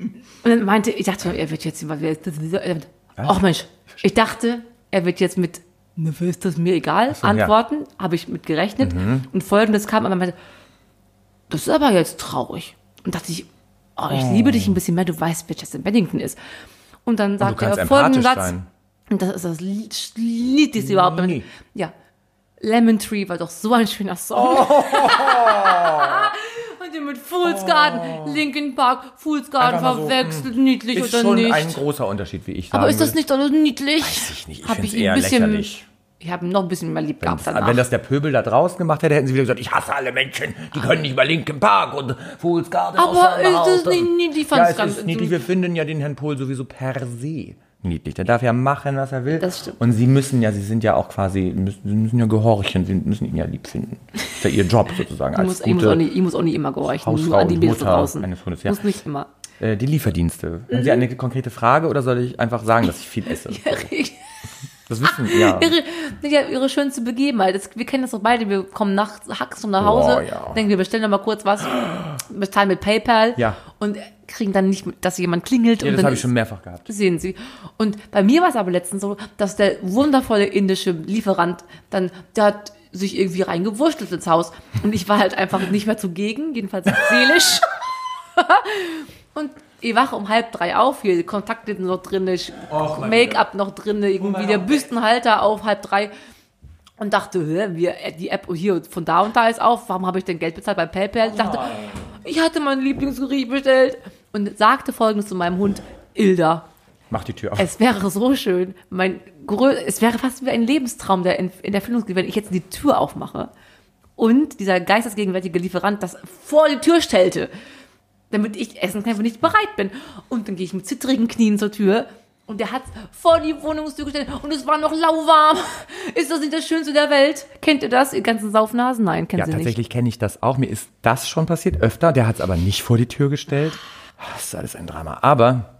[SPEAKER 2] dann meinte, ich dachte, er wird jetzt, ach Mensch, ich dachte, er wird jetzt mit, ne, ist das mir egal,
[SPEAKER 1] ja. Mhm.
[SPEAKER 2] antworten, habe ich mit gerechnet. Und folgendes kam, aber er meinte, das ist aber jetzt traurig. Und dachte ich, oh, ich liebe dich ein bisschen mehr, du weißt, wer Chester Bennington ist. Und dann
[SPEAKER 1] Du
[SPEAKER 2] sagte
[SPEAKER 1] kannst
[SPEAKER 2] er folgenden
[SPEAKER 1] empathisch
[SPEAKER 2] Satz,
[SPEAKER 1] sein.
[SPEAKER 2] und das ist das Lied, Lied das überhaupt.
[SPEAKER 1] Nee.
[SPEAKER 2] Ja. Lemon Tree war doch so ein schöner Song.
[SPEAKER 1] Oh.
[SPEAKER 2] und den mit Fool's Garden, Linkin Park, Fool's Garden
[SPEAKER 1] Oh. Einfach mal so, hm.
[SPEAKER 2] verwechselt, niedlich
[SPEAKER 1] Ist
[SPEAKER 2] oder
[SPEAKER 1] schon
[SPEAKER 2] nicht.
[SPEAKER 1] ein großer Unterschied, wie ich sage.
[SPEAKER 2] Aber ist das nicht doch niedlich? Weiß
[SPEAKER 1] ich nicht. Ich
[SPEAKER 2] hab
[SPEAKER 1] find's
[SPEAKER 2] ihn
[SPEAKER 1] eher
[SPEAKER 2] ein bisschen,
[SPEAKER 1] lächerlich.
[SPEAKER 2] Ich habe ihn noch ein bisschen mehr lieb gehabt danach.
[SPEAKER 1] Wenn das der Pöbel da draußen gemacht hätte, hätten sie wieder gesagt, ich hasse alle Menschen, die können nicht über Linkin Park und Fools Garden
[SPEAKER 2] Aber
[SPEAKER 1] auseinanderhalten.
[SPEAKER 2] ist es nicht niedlich? Ich fand's
[SPEAKER 1] ja, es
[SPEAKER 2] ganz-
[SPEAKER 1] ist niedlich. Wir finden ja den Herrn Pohl sowieso per se niedlich. Der darf ja machen, was er will.
[SPEAKER 2] Das stimmt.
[SPEAKER 1] Und sie müssen ja, sie sind ja auch quasi, müssen, sie müssen ja gehorchen, sie müssen ihn ja lieb finden. Ist ja ihr Job sozusagen
[SPEAKER 2] ich,
[SPEAKER 1] als
[SPEAKER 2] muss, ich, muss auch
[SPEAKER 1] gute,
[SPEAKER 2] nicht, ich muss auch nicht immer gehorchen,
[SPEAKER 1] Hausfrau
[SPEAKER 2] nur an die
[SPEAKER 1] und
[SPEAKER 2] Mädels da
[SPEAKER 1] Mutter
[SPEAKER 2] draußen.
[SPEAKER 1] eines Hundes, ja.
[SPEAKER 2] Muss nicht Mhm. immer.
[SPEAKER 1] äh, die Lieferdienste. Haben Sie eine konkrete Frage oder soll ich einfach sagen, dass ich viel esse? Das wissen ja.
[SPEAKER 2] ihre, ja, ihre schönste Begebenheit. Das, wir kennen das doch beide. Wir kommen nachts hackst und nach Hause,
[SPEAKER 1] Boah, ja.
[SPEAKER 2] denken, wir bestellen doch mal kurz was, bezahlen mit PayPal
[SPEAKER 1] Ja.
[SPEAKER 2] und kriegen dann nicht, mit, dass jemand klingelt.
[SPEAKER 1] Ja,
[SPEAKER 2] und
[SPEAKER 1] das
[SPEAKER 2] dann
[SPEAKER 1] habe ich
[SPEAKER 2] ist-
[SPEAKER 1] schon mehrfach gehabt.
[SPEAKER 2] Sehen Sie. Und bei mir war es aber letztens so, dass der wundervolle indische Lieferant dann, der hat sich irgendwie reingewurschtelt ins Haus. Und ich war halt einfach nicht mehr zugegen, jedenfalls seelisch. und ich wache um halb drei auf, hier Kontaktlinsen noch drin, ich-
[SPEAKER 1] Och, meine
[SPEAKER 2] Make-up noch drin, irgendwie
[SPEAKER 1] mein
[SPEAKER 2] der
[SPEAKER 1] Gott.
[SPEAKER 2] Büstenhalter auf halb drei. Und dachte, hä, wir, die App hier von da und da ist auf, warum habe ich denn Geld bezahlt bei PayPal? Ich dachte, ich hatte mein Lieblingsgericht bestellt. Und sagte folgendes zu meinem Hund, Ilda,
[SPEAKER 1] Mach die Tür auf.
[SPEAKER 2] es wäre so schön. Mein grö- es wäre fast wie ein Lebenstraum, der in, in Erfüllung geht, wenn ich jetzt die Tür aufmache und dieser geistesgegenwärtige Lieferant das vor die Tür stellte, damit ich essen kann, wenn ich bereit bin. Und dann gehe ich mit zittrigen Knien zur Tür und der hat vor die Wohnungstür gestellt und es war noch lauwarm. Ist das nicht das Schönste der Welt? Kennt ihr das, ihr ganzen Saufnasen? Nein, kennt
[SPEAKER 1] Ja,
[SPEAKER 2] ihr nicht.
[SPEAKER 1] tatsächlich kenne ich das auch. Mir ist das schon passiert öfter. Der hat es aber nicht vor die Tür gestellt.
[SPEAKER 2] Ah.
[SPEAKER 1] Das ist alles ein Drama. Aber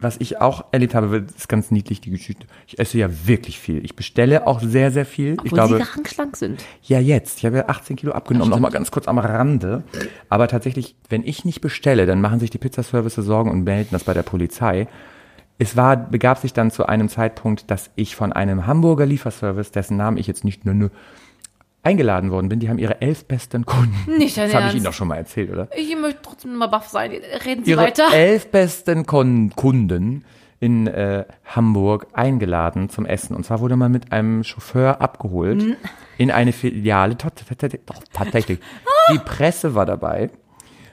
[SPEAKER 1] was ich auch erlebt habe, ist ganz niedlich die Geschichte. Ich esse ja wirklich viel. Ich bestelle auch sehr, sehr viel. ich
[SPEAKER 2] Obwohl
[SPEAKER 1] glaube,
[SPEAKER 2] sie rankschlank sind.
[SPEAKER 1] ja jetzt. Ich habe ja 18 Kilo abgenommen. Nochmal ganz kurz am Rande. Aber tatsächlich, wenn ich nicht bestelle, dann machen sich die Pizzaservices Sorgen und melden das bei der Polizei. Es war, begab sich dann zu einem Zeitpunkt, dass ich von einem Hamburger Lieferservice, dessen Namen ich jetzt nicht nenne, eingeladen worden bin. Die haben ihre elf besten Kunden.
[SPEAKER 2] Nicht dein
[SPEAKER 1] Das habe ich
[SPEAKER 2] Ernst.
[SPEAKER 1] Ihnen doch schon mal erzählt, oder?
[SPEAKER 2] Ich möchte trotzdem mal baff sein. Reden Sie
[SPEAKER 1] Ihre
[SPEAKER 2] weiter.
[SPEAKER 1] elf besten Kon Kunden in äh, Hamburg eingeladen zum Essen. Und zwar wurde man mit einem Chauffeur abgeholt
[SPEAKER 2] Mhm.
[SPEAKER 1] in eine Filiale. Tot- tot- tot- doch, Tatsächlich.
[SPEAKER 2] Ah.
[SPEAKER 1] Die Presse war dabei.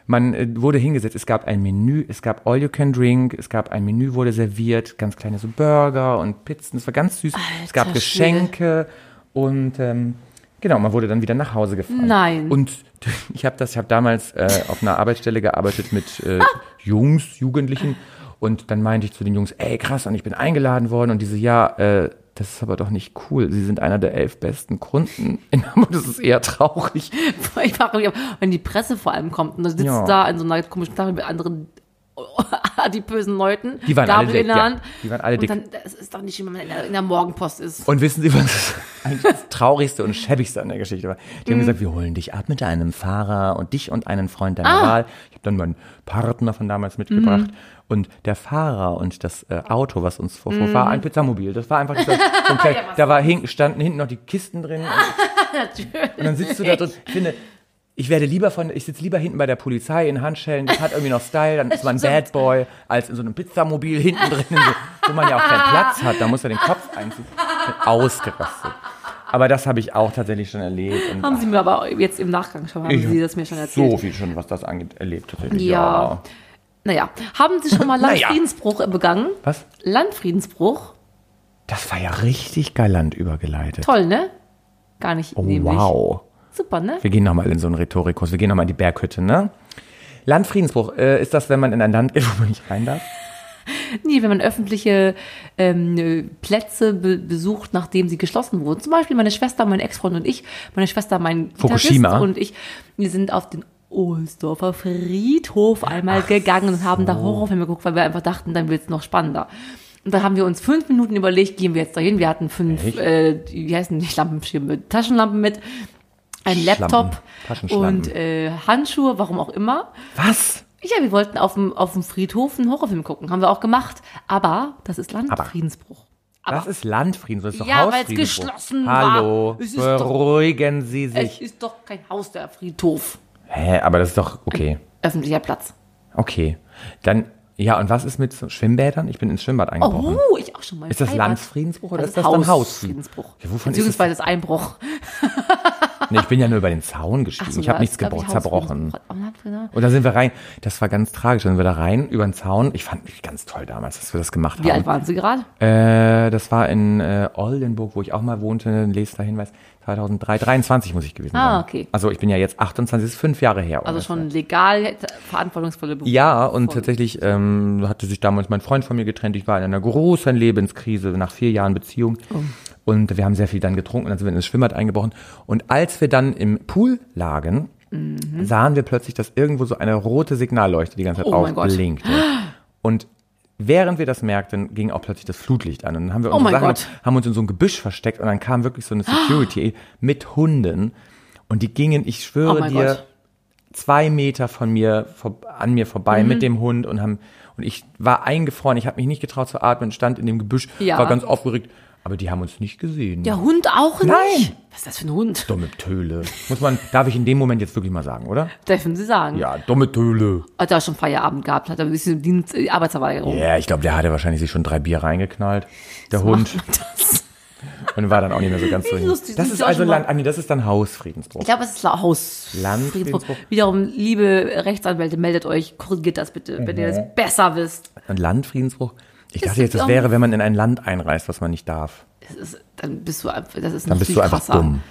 [SPEAKER 1] Man äh, wurde hingesetzt, es gab ein Menü, es gab All You Can Drink, es gab ein Menü, wurde serviert, ganz kleine so Burger und Pizzen, es war ganz süß. es gab
[SPEAKER 2] Alter
[SPEAKER 1] Geschenke und ähm, genau, man wurde dann wieder nach Hause gefahren.
[SPEAKER 2] Nein.
[SPEAKER 1] Und ich habe das, ich habe damals äh, auf einer Arbeitsstelle gearbeitet mit äh, Jungs, Jugendlichen und dann meinte ich zu den Jungs, ey krass, und ich bin eingeladen worden und diese, ja, äh, das ist aber doch nicht cool. Sie sind einer der elf besten Kunden in Hamburg. Das ist eher traurig.
[SPEAKER 2] Ich frage mich, wenn die Presse vor allem kommt und dann sitzt
[SPEAKER 1] Ja.
[SPEAKER 2] da in so einer komischen Tafel mit anderen adipösen Leuten,
[SPEAKER 1] Die waren alle
[SPEAKER 2] Gabel
[SPEAKER 1] dick,
[SPEAKER 2] in der
[SPEAKER 1] ja.
[SPEAKER 2] Hand.
[SPEAKER 1] Die waren alle
[SPEAKER 2] und
[SPEAKER 1] dick.
[SPEAKER 2] dann, das ist doch nicht, schön, wenn man in der, in der Morgenpost ist.
[SPEAKER 1] Und wissen Sie, was eigentlich das Traurigste und Schäbigste an der Geschichte war? Die haben gesagt, wir holen dich ab mit einem Fahrer und dich und einen Freund deiner Wahl. Ich habe dann meinen Partner von damals mitgebracht. Und der Fahrer und das äh, Auto, was uns vorfuhr, war ein Pizzamobil. Das war einfach dieser, so ein klein, da war hinten, standen hinten noch die Kisten drin. Und, und dann sitzt du da drin. Ich finde, ich werde lieber von, ich sitze lieber hinten bei der Polizei in Handschellen, das hat irgendwie noch Style, dann ist man ein Bad Boy, als in so einem Pizzamobil hinten drin, in so, wo man ja auch keinen Platz hat, da muss er den Kopf einziehen. Ich bin ausgerastet. Aber das habe ich auch tatsächlich schon erlebt. Und
[SPEAKER 2] Haben sie mir aber jetzt im Nachgang schon, haben
[SPEAKER 1] Ich
[SPEAKER 2] sie
[SPEAKER 1] hab
[SPEAKER 2] das mir schon erzählt.
[SPEAKER 1] so viel schon, was das angeht, erlebt tatsächlich.
[SPEAKER 2] Ja. Naja, haben sie schon mal
[SPEAKER 1] Naja.
[SPEAKER 2] Landfriedensbruch begangen?
[SPEAKER 1] Was?
[SPEAKER 2] Landfriedensbruch?
[SPEAKER 1] Das war ja richtig galant übergeleitet.
[SPEAKER 2] Toll, ne? Gar nicht nämlich.
[SPEAKER 1] Oh, wow.
[SPEAKER 2] Super, ne?
[SPEAKER 1] Wir gehen nochmal in so einen Rhetorikus. Wir gehen nochmal in die Berghütte, ne? Landfriedensbruch, äh, ist das, wenn man in ein Land geht, wo man nicht rein darf?
[SPEAKER 2] Nee, wenn man öffentliche ähm, äh, Plätze be besucht, nachdem sie geschlossen wurden. Zum Beispiel meine Schwester, mein Ex-Freund und ich. Meine Schwester, mein Gitarrist
[SPEAKER 1] Fukushima.
[SPEAKER 2] und ich. Wir sind auf den Ohlsdorfer Friedhof einmal gegangen und haben da Horrorfilme geguckt, weil wir einfach dachten, dann wird es noch spannender. Und dann haben wir uns fünf Minuten überlegt, gehen wir jetzt dahin. Wir hatten fünf,
[SPEAKER 1] Echt?
[SPEAKER 2] äh, wie heißen die Lampenschirme, Taschenlampen mit, ein
[SPEAKER 1] Schlampen.
[SPEAKER 2] Laptop
[SPEAKER 1] Taschenschlampen.
[SPEAKER 2] und äh, Handschuhe, warum auch immer.
[SPEAKER 1] Was?
[SPEAKER 2] Ja, wir wollten auf dem, auf dem Friedhof einen Horrorfilm gucken. Haben wir auch gemacht. Aber das ist Landfriedensbruch. Aber,
[SPEAKER 1] das ist Landfriedensbruch. Das ist doch
[SPEAKER 2] Ja, weil's
[SPEAKER 1] Hausfriedensbruch.
[SPEAKER 2] geschlossen war.
[SPEAKER 1] Hallo,
[SPEAKER 2] Es ist doch-
[SPEAKER 1] beruhigen Sie sich.
[SPEAKER 2] es ist doch kein Haus der Friedhof.
[SPEAKER 1] Hä, aber das ist doch okay.
[SPEAKER 2] Öffentlicher Platz.
[SPEAKER 1] Okay. Dann, ja, und was ist mit so Schwimmbädern? Ich bin ins Schwimmbad eingebrochen.
[SPEAKER 2] Oh, ich auch schon mal. im
[SPEAKER 1] Ist das
[SPEAKER 2] Freibad.
[SPEAKER 1] Landfriedensbruch oder
[SPEAKER 2] Das
[SPEAKER 1] ist das dann
[SPEAKER 2] Hausfriedensbruch?
[SPEAKER 1] Hausfriedensbruch? Ja, wovon ist
[SPEAKER 2] Beziehungsweise Einbruch.
[SPEAKER 1] Nee, ich bin ja nur über den Zaun gestiegen.
[SPEAKER 2] so,
[SPEAKER 1] ich habe
[SPEAKER 2] da
[SPEAKER 1] nichts
[SPEAKER 2] ist, glaub
[SPEAKER 1] gebro-
[SPEAKER 2] ich,
[SPEAKER 1] zerbrochen.
[SPEAKER 2] Hausfriedensbruch. Am Landfriedensbruch.
[SPEAKER 1] Und da sind wir rein. Das war ganz tragisch. Dann sind wir da rein über den Zaun. Ich fand mich ganz toll damals, dass wir das gemacht
[SPEAKER 2] Wie alt
[SPEAKER 1] haben.
[SPEAKER 2] waren sie gerade?
[SPEAKER 1] Äh, das war in äh, Oldenburg, wo ich auch mal wohnte. Leser Hinweis. 2003, 23 muss ich gewesen sein.
[SPEAKER 2] Ah, okay.
[SPEAKER 1] Also ich bin ja jetzt 28, ist fünf Jahre her.
[SPEAKER 2] Also
[SPEAKER 1] ungefähr.
[SPEAKER 2] schon legal, äh, verantwortungsvolle Berufe.
[SPEAKER 1] Ja, und
[SPEAKER 2] Voll.
[SPEAKER 1] tatsächlich ähm, hatte sich damals mein Freund von mir getrennt. Ich war in einer großen Lebenskrise nach vier Jahren Beziehung.
[SPEAKER 2] Oh.
[SPEAKER 1] Und wir haben sehr viel dann getrunken, dann sind wir ins Schwimmbad eingebrochen. Und als wir dann im Pool lagen,
[SPEAKER 2] Mhm.
[SPEAKER 1] sahen wir plötzlich, dass irgendwo so eine rote Signalleuchte die ganze Zeit
[SPEAKER 2] Oh mein Gott.
[SPEAKER 1] aufblinkte. Und während wir das merkten, ging auch plötzlich das Flutlicht an. Und dann haben wir
[SPEAKER 2] Oh
[SPEAKER 1] unsere
[SPEAKER 2] mein
[SPEAKER 1] Sachen
[SPEAKER 2] Gott.
[SPEAKER 1] haben uns in so ein Gebüsch versteckt und dann kam wirklich so eine Security mit Hunden. Und die gingen, ich
[SPEAKER 2] Oh
[SPEAKER 1] schwöre
[SPEAKER 2] mein
[SPEAKER 1] dir,
[SPEAKER 2] Gott.
[SPEAKER 1] zwei Meter von mir vor, an mir vorbei
[SPEAKER 2] Mhm.
[SPEAKER 1] mit dem Hund und haben und ich war eingefroren, ich habe mich nicht getraut zu atmen, stand in dem Gebüsch,
[SPEAKER 2] Ja.
[SPEAKER 1] war ganz aufgeregt, aber die haben uns nicht gesehen.
[SPEAKER 2] Der Hund auch nicht?
[SPEAKER 1] Nein.
[SPEAKER 2] Was ist das für ein Hund?
[SPEAKER 1] Dumme Töle. Muss man, darf ich in dem Moment jetzt wirklich mal sagen, oder?
[SPEAKER 2] Dürfen Sie sagen.
[SPEAKER 1] Ja, dumme Töle.
[SPEAKER 2] Hat er schon Feierabend gehabt, hat er ein bisschen Dienst, äh, Arbeitsverweigerung.
[SPEAKER 1] Ja, ich glaube, der hatte wahrscheinlich sich schon drei Bier reingeknallt, der Hund,
[SPEAKER 2] Macht man das?
[SPEAKER 1] und war dann auch nicht mehr so ganz so. hin.
[SPEAKER 2] lustig,
[SPEAKER 1] Das
[SPEAKER 2] das ist
[SPEAKER 1] ist
[SPEAKER 2] ja auch
[SPEAKER 1] also
[SPEAKER 2] schon mal-
[SPEAKER 1] Land, ah, nee, das ist dann Hausfriedensbruch.
[SPEAKER 2] Ich glaube, es ist La- Haus.
[SPEAKER 1] Landfriedensbruch.
[SPEAKER 2] Friedensbruch. Wiederum, liebe Rechtsanwälte, meldet euch, korrigiert das bitte, wenn
[SPEAKER 1] Mhm.
[SPEAKER 2] ihr das besser wisst.
[SPEAKER 1] Und Landfriedensbruch? Ich
[SPEAKER 2] Ist
[SPEAKER 1] dachte jetzt, das
[SPEAKER 2] doch-
[SPEAKER 1] wäre, wenn man in ein Land einreist, was man nicht darf.
[SPEAKER 2] Das ist, dann bist du einfach, das ist
[SPEAKER 1] Dann
[SPEAKER 2] noch
[SPEAKER 1] bist
[SPEAKER 2] viel
[SPEAKER 1] du einfach
[SPEAKER 2] krasser.
[SPEAKER 1] dumm.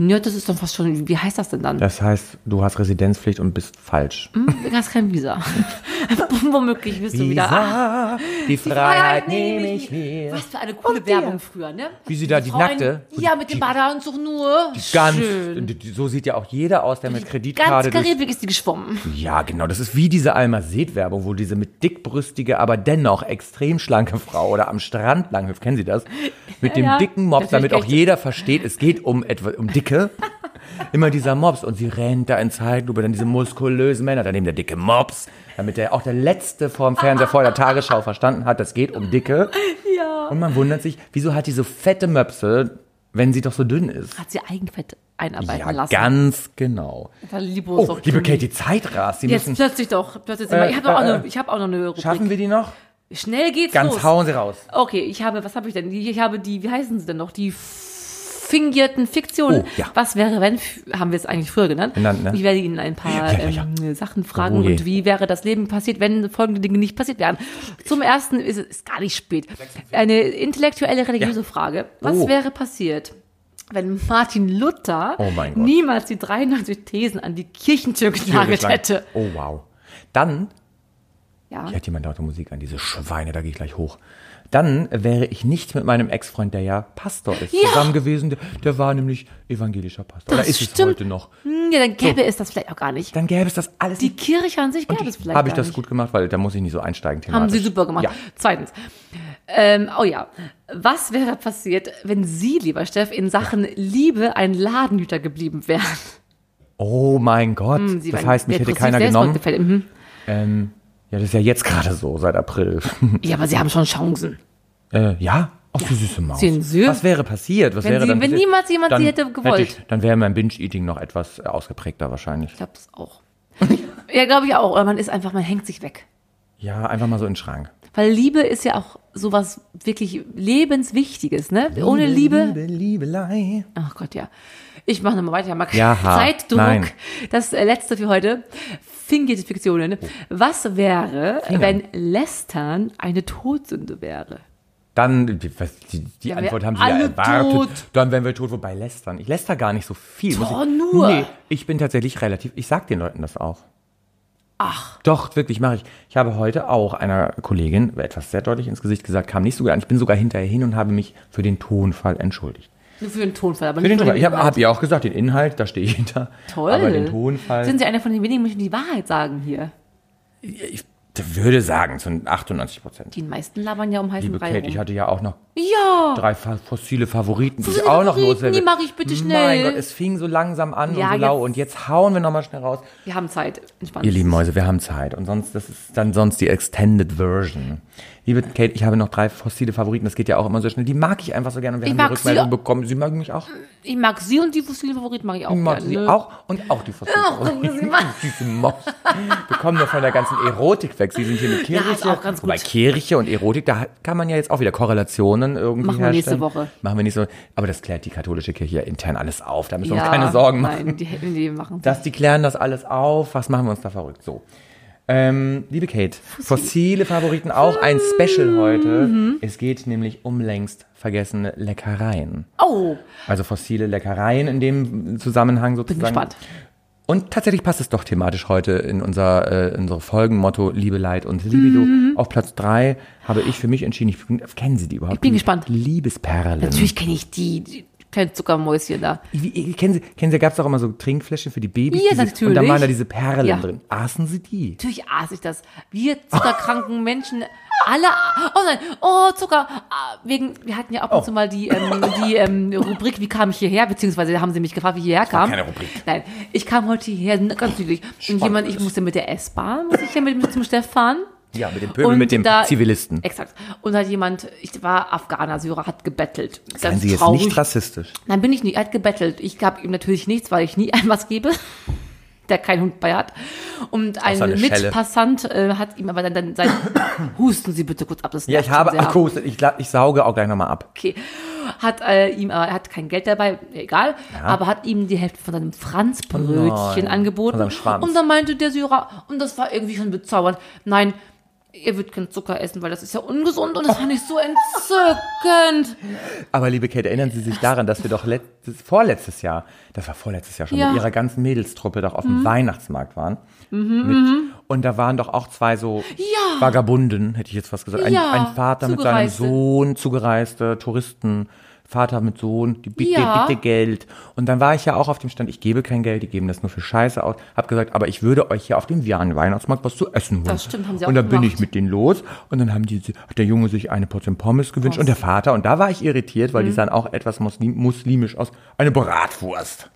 [SPEAKER 2] Ja, das ist dann fast schon, wie heißt das denn dann?
[SPEAKER 1] Das heißt, du hast Residenzpflicht und bist falsch.
[SPEAKER 2] Hm, Du hast kein Visa. Womöglich bist du wieder. Ah,
[SPEAKER 1] Visa, die Freiheit nehme ich mir.
[SPEAKER 2] Was für eine coole Werbung früher, ne?
[SPEAKER 1] Wie sie da die
[SPEAKER 2] Frau
[SPEAKER 1] nackte-
[SPEAKER 2] ein- Ja, mit dem Badeanzug nur.
[SPEAKER 1] Ganz,
[SPEAKER 2] Schön.
[SPEAKER 1] d- d- so sieht ja auch jeder aus, der mit
[SPEAKER 2] Ganz
[SPEAKER 1] Kreditkarte durch.
[SPEAKER 2] Karibik ist die geschwommen.
[SPEAKER 1] Ja, genau. Das ist wie diese Alma Seth-Werbung, wo diese mit dickbrüstige, aber dennoch extrem schlanke Frau oder am Strand langhüpft. Kennen Sie das? Mit dem
[SPEAKER 2] ja.
[SPEAKER 1] dicken Mops,
[SPEAKER 2] Natürlich
[SPEAKER 1] damit auch
[SPEAKER 2] kenn ich das.
[SPEAKER 1] jeder versteht, es geht um etwa, um Dicke. Immer dieser Mops und sie rennt da in Zeitlupe, dann diese muskulösen Männer, daneben der dicke Mops, damit der auch der Letzte vorm Fernseher vor der Tagesschau verstanden hat, das geht um Dicke.
[SPEAKER 2] Ja.
[SPEAKER 1] Und man wundert sich, wieso hat die so fette Möpse, wenn sie doch so dünn ist?
[SPEAKER 2] Hat sie Eigenfett einarbeiten
[SPEAKER 1] Ja,
[SPEAKER 2] lassen.
[SPEAKER 1] ganz genau.
[SPEAKER 2] Dann Liebe
[SPEAKER 1] Oh,
[SPEAKER 2] Sophie.
[SPEAKER 1] liebe Kate, die Zeit rast. Sie
[SPEAKER 2] Jetzt
[SPEAKER 1] müssen,
[SPEAKER 2] plötzlich doch. Plötzlich sind wir, ich habe
[SPEAKER 1] Äh,
[SPEAKER 2] auch,
[SPEAKER 1] äh,
[SPEAKER 2] eine- ich hab auch noch eine Rubrik.
[SPEAKER 1] schaffen wir die noch?
[SPEAKER 2] Schnell geht's
[SPEAKER 1] Ganz
[SPEAKER 2] los.
[SPEAKER 1] hauen sie raus.
[SPEAKER 2] Okay, ich habe, was habe ich denn? Ich habe die, wie heißen sie denn noch? Die fingierten Fiktionen.
[SPEAKER 1] Oh, ja.
[SPEAKER 2] Was wäre, wenn, f- haben wir es eigentlich früher genannt.
[SPEAKER 1] Genannt, ne?
[SPEAKER 2] Ich werde Ihnen ein paar
[SPEAKER 1] Ja, ja, ja.
[SPEAKER 2] Ähm, Sachen fragen
[SPEAKER 1] Oh, je.
[SPEAKER 2] und wie wäre das Leben passiert, wenn folgende Dinge nicht passiert wären. Zum Ersten ist es ist gar nicht spät. Eine intellektuelle, religiöse Frage. Was
[SPEAKER 1] Oh.
[SPEAKER 2] wäre passiert? Wenn Martin Luther
[SPEAKER 1] Oh mein Gott.
[SPEAKER 2] niemals die 93 Thesen an die Kirchentür genagelt
[SPEAKER 1] Lang.
[SPEAKER 2] hätte.
[SPEAKER 1] Oh, wow. Dann,
[SPEAKER 2] Ja.
[SPEAKER 1] hier hat jemand laute Musik an, diese Schweine, da gehe ich gleich hoch. Dann wäre ich nicht mit meinem Ex-Freund, der ja Pastor ist,
[SPEAKER 2] Ja.
[SPEAKER 1] zusammen gewesen. Der, der war nämlich evangelischer Pastor.
[SPEAKER 2] Das
[SPEAKER 1] Oder ist es
[SPEAKER 2] stimmt.
[SPEAKER 1] heute noch?
[SPEAKER 2] Hm, Ja, dann gäbe es das vielleicht auch gar nicht.
[SPEAKER 1] Dann gäbe es das alles.
[SPEAKER 2] Die Kirche an sich gäbe es vielleicht
[SPEAKER 1] Habe ich
[SPEAKER 2] gar
[SPEAKER 1] das
[SPEAKER 2] nicht.
[SPEAKER 1] gut gemacht, weil da muss ich nicht so einsteigen.
[SPEAKER 2] Haben sie
[SPEAKER 1] thematisch.
[SPEAKER 2] super gemacht.
[SPEAKER 1] Ja.
[SPEAKER 2] Zweitens. Ähm, oh ja. Was wäre passiert, wenn Sie, lieber Steff, in Sachen Liebe ein Ladenhüter geblieben wären?
[SPEAKER 1] Oh mein Gott.
[SPEAKER 2] Hm, Sie
[SPEAKER 1] das
[SPEAKER 2] wären
[SPEAKER 1] heißt, mich hätte
[SPEAKER 2] depressiv,
[SPEAKER 1] keiner genommen.
[SPEAKER 2] selbstmordgefällig. Mhm.
[SPEAKER 1] Ähm, ja, das ist ja jetzt gerade so, seit April.
[SPEAKER 2] Ja, aber Sie haben schon Chancen.
[SPEAKER 1] Äh, ja? Ach, die süße Maus.
[SPEAKER 2] Sehen Sie?
[SPEAKER 1] Was wäre passiert? Was
[SPEAKER 2] Wenn
[SPEAKER 1] wäre
[SPEAKER 2] sie-
[SPEAKER 1] dann
[SPEAKER 2] wenn
[SPEAKER 1] passiert?
[SPEAKER 2] niemals jemand
[SPEAKER 1] dann
[SPEAKER 2] sie hätte gewollt.
[SPEAKER 1] ich, dann wäre mein Binge-Eating noch etwas äh, ausgeprägter wahrscheinlich.
[SPEAKER 2] Ich glaube es auch. ja, glaube ich auch. Oder man ist einfach, man hängt sich weg.
[SPEAKER 1] Ja, einfach mal so in den Schrank.
[SPEAKER 2] Weil Liebe ist ja auch sowas wirklich lebenswichtiges, ne? Ohne Liebe.
[SPEAKER 1] Liebe, Liebelei.
[SPEAKER 2] Ach Gott, ja. Ich mache nochmal weiter. Marc.
[SPEAKER 1] Ja, ha.
[SPEAKER 2] Zeitdruck.
[SPEAKER 1] Nein.
[SPEAKER 2] Das äh, letzte für heute. Fingerfiktionen.
[SPEAKER 1] Oh.
[SPEAKER 2] Was wäre, wenn Lästern eine Todsünde wäre?
[SPEAKER 1] Dann, die, was- die, die
[SPEAKER 2] Dann wär
[SPEAKER 1] Antwort haben sie ja
[SPEAKER 2] alle
[SPEAKER 1] erwartet.
[SPEAKER 2] tot.
[SPEAKER 1] Dann wären wir tot, wobei lästern. Ich läster gar nicht so viel. muss
[SPEAKER 2] Doch,
[SPEAKER 1] ich,
[SPEAKER 2] nur.
[SPEAKER 1] Nee, ich bin tatsächlich relativ, ich sag den Leuten das auch. Ach. Doch, wirklich, mache ich. Ich habe heute auch einer Kollegin etwas sehr deutlich ins Gesicht gesagt, kam nicht so gut an. Ich bin sogar hinterher hin und habe mich für den Tonfall entschuldigt.
[SPEAKER 2] Nur für den Tonfall, aber
[SPEAKER 1] Für
[SPEAKER 2] nicht
[SPEAKER 1] den
[SPEAKER 2] für
[SPEAKER 1] Tonfall. Ich habe
[SPEAKER 2] Inhalt.
[SPEAKER 1] hab ihr auch gesagt, den Inhalt, da stehe ich hinter.
[SPEAKER 2] Toll.
[SPEAKER 1] Aber den Tonfall.
[SPEAKER 2] Sind Sie einer von den wenigen Menschen, die die Wahrheit sagen hier?
[SPEAKER 1] ich würde sagen, zu 98 Breit
[SPEAKER 2] Die meisten labern ja um heißen
[SPEAKER 1] Liebe
[SPEAKER 2] Brei
[SPEAKER 1] Kate,
[SPEAKER 2] rum.
[SPEAKER 1] ich hatte ja auch noch
[SPEAKER 2] ja.
[SPEAKER 1] drei fa- fossile Favoriten, die ich
[SPEAKER 2] Oh. Fossile
[SPEAKER 1] auch noch
[SPEAKER 2] Favoriten,
[SPEAKER 1] loswerde.
[SPEAKER 2] die mache ich bitte
[SPEAKER 1] Mein
[SPEAKER 2] schnell.
[SPEAKER 1] Gott, es fing so langsam an
[SPEAKER 2] Ja,
[SPEAKER 1] und so lau
[SPEAKER 2] jetzt-
[SPEAKER 1] und jetzt hauen wir nochmal schnell raus.
[SPEAKER 2] Wir haben Zeit. Entspannt.
[SPEAKER 1] Ihr lieben Mäuse, wir haben Zeit und sonst, das ist dann sonst die Extended Version. Liebe Kate, ich habe noch drei fossile Favoriten, das geht ja auch immer so schnell. Die mag ich einfach so gerne und wir
[SPEAKER 2] Ich
[SPEAKER 1] haben die
[SPEAKER 2] mag sie
[SPEAKER 1] Rückmeldung
[SPEAKER 2] auch.
[SPEAKER 1] bekommen. Sie mögen mich auch.
[SPEAKER 2] Ich mag Sie und die fossilen Favoriten mag ich auch
[SPEAKER 1] Ich mag
[SPEAKER 2] gerne. ne?
[SPEAKER 1] sie auch und auch die fossilen
[SPEAKER 2] Ach,
[SPEAKER 1] Favoriten.
[SPEAKER 2] guck mal.
[SPEAKER 1] Diese Maus. Wir kommen doch von der ganzen Erotik weg. Sie sind hier mit Kirche.
[SPEAKER 2] ist auch ganz gut.
[SPEAKER 1] Bei Kirche und Erotik, da hat- kann man ja jetzt auch wieder Korrelationen irgendwie
[SPEAKER 2] Machen wir nächste
[SPEAKER 1] herstellen.
[SPEAKER 2] Woche.
[SPEAKER 1] Machen wir nächste Woche. Aber das klärt die katholische Kirche ja intern alles auf. Da müssen wir
[SPEAKER 2] Ja,
[SPEAKER 1] uns keine Sorgen machen.
[SPEAKER 2] Nein, die, die machen.
[SPEAKER 1] Dass die klären das alles auf. Was machen wir uns da verrückt? So. Ähm, liebe Kate, fossile Favoriten, auch ein Special
[SPEAKER 2] Mhm.
[SPEAKER 1] heute. Es geht nämlich um längst vergessene Leckereien.
[SPEAKER 2] Oh,
[SPEAKER 1] Also fossile Leckereien in dem Zusammenhang sozusagen.
[SPEAKER 2] gespannt.
[SPEAKER 1] Und tatsächlich passt es doch thematisch heute in unser äh, in unsere Folgenmotto Liebe, Leid und Libido.
[SPEAKER 2] Mhm.
[SPEAKER 1] Auf Platz drei habe ich für mich entschieden, ich kennen Sie die überhaupt?
[SPEAKER 2] Ich bin
[SPEAKER 1] Die
[SPEAKER 2] gespannt.
[SPEAKER 1] Liebesperlen.
[SPEAKER 2] natürlich kenne ich die, die kleinen Zuckermäuschen da.
[SPEAKER 1] Wie, wie- kennen Sie, kennen Sie, gab es auch immer so Trinkfläschchen für die Babys?
[SPEAKER 2] Ja,
[SPEAKER 1] diese, Und da
[SPEAKER 2] natürlich.
[SPEAKER 1] waren da diese Perlen
[SPEAKER 2] Ja.
[SPEAKER 1] drin. Aßen Sie die?
[SPEAKER 2] Natürlich aß ich das. Wir zuckerkranken Menschen, alle. Oh nein, oh Zucker. Ah, Wegen, wir hatten ja ab
[SPEAKER 1] Oh.
[SPEAKER 2] und zu mal die, ähm, die ähm, Rubrik, wie kam ich hierher? Beziehungsweise haben sie mich gefragt, wie ich hierher kam.
[SPEAKER 1] keine Rubrik.
[SPEAKER 2] Nein, ich kam heute hierher, ne, ganz südlich. Und jemand, ich musste mit der S-Bahn, muss ich ja mit, mit zum Steff fahren.
[SPEAKER 1] Ja, mit dem Pöbel,
[SPEAKER 2] Und
[SPEAKER 1] mit dem
[SPEAKER 2] da-
[SPEAKER 1] Zivilisten.
[SPEAKER 2] Exakt. Und da hat jemand, ich war Afghaner, Syrer, hat gebettelt.
[SPEAKER 1] Seien
[SPEAKER 2] Ganz
[SPEAKER 1] Sie jetzt
[SPEAKER 2] traurig.
[SPEAKER 1] nicht rassistisch.
[SPEAKER 2] Dann bin ich nicht, er hat gebettelt. Ich gab ihm natürlich nichts, weil ich nie einem was gebe, der keinen Hund bei hat. Und ein
[SPEAKER 1] Außer eine Schelle.
[SPEAKER 2] Mitpassant äh, hat ihm aber dann, dann sein, husten Sie bitte kurz ab. Das
[SPEAKER 1] Ja, ich
[SPEAKER 2] nervt schon
[SPEAKER 1] habe
[SPEAKER 2] sehr.
[SPEAKER 1] Akkus, ich, la- ich sauge auch gleich nochmal ab.
[SPEAKER 2] Okay. Hat äh, ihm, aber er hat kein Geld dabei, egal, aber hat ihm die Hälfte von seinem Franzbrötchen
[SPEAKER 1] nein,
[SPEAKER 2] angeboten.
[SPEAKER 1] von seinem Schwanz.
[SPEAKER 2] Und dann meinte der Syrer, und das war irgendwie schon bezaubernd, nein, ihr würdet keinen Zucker essen, weil das ist ja ungesund und das fand ich so entzückend.
[SPEAKER 1] Aber liebe Kate, erinnern Sie sich daran, dass wir doch letztes, vorletztes Jahr, das war vorletztes Jahr schon,
[SPEAKER 2] Ja. Mhm.
[SPEAKER 1] mit Ihrer ganzen Mädelstruppe doch auf dem Weihnachtsmarkt waren. Mit, und da waren doch auch zwei so
[SPEAKER 2] Ja.
[SPEAKER 1] Vagabunden, hätte ich jetzt fast gesagt. Ein,
[SPEAKER 2] Ja,
[SPEAKER 1] ein Vater mit seinem
[SPEAKER 2] Zugereiste.
[SPEAKER 1] Sohn, zugereiste Touristen. Vater mit Sohn, die bitte,
[SPEAKER 2] Ja.
[SPEAKER 1] bitte Geld. Und dann war ich ja auch auf dem Stand, ich gebe kein Geld, die geben das nur für Scheiße aus. Hab gesagt, aber ich würde euch hier auf dem Jan- Weihnachtsmarkt was zu essen holen.
[SPEAKER 2] Das stimmt, haben sie
[SPEAKER 1] Und
[SPEAKER 2] auch
[SPEAKER 1] dann bin ich
[SPEAKER 2] gemacht.
[SPEAKER 1] mit mit denen los und dann haben die, hat der Junge sich eine Portion Pommes gewünscht und der Vater, und da war ich irritiert,
[SPEAKER 2] Mhm.
[SPEAKER 1] weil die sahen auch etwas muslim, muslimisch aus, eine Bratwurst.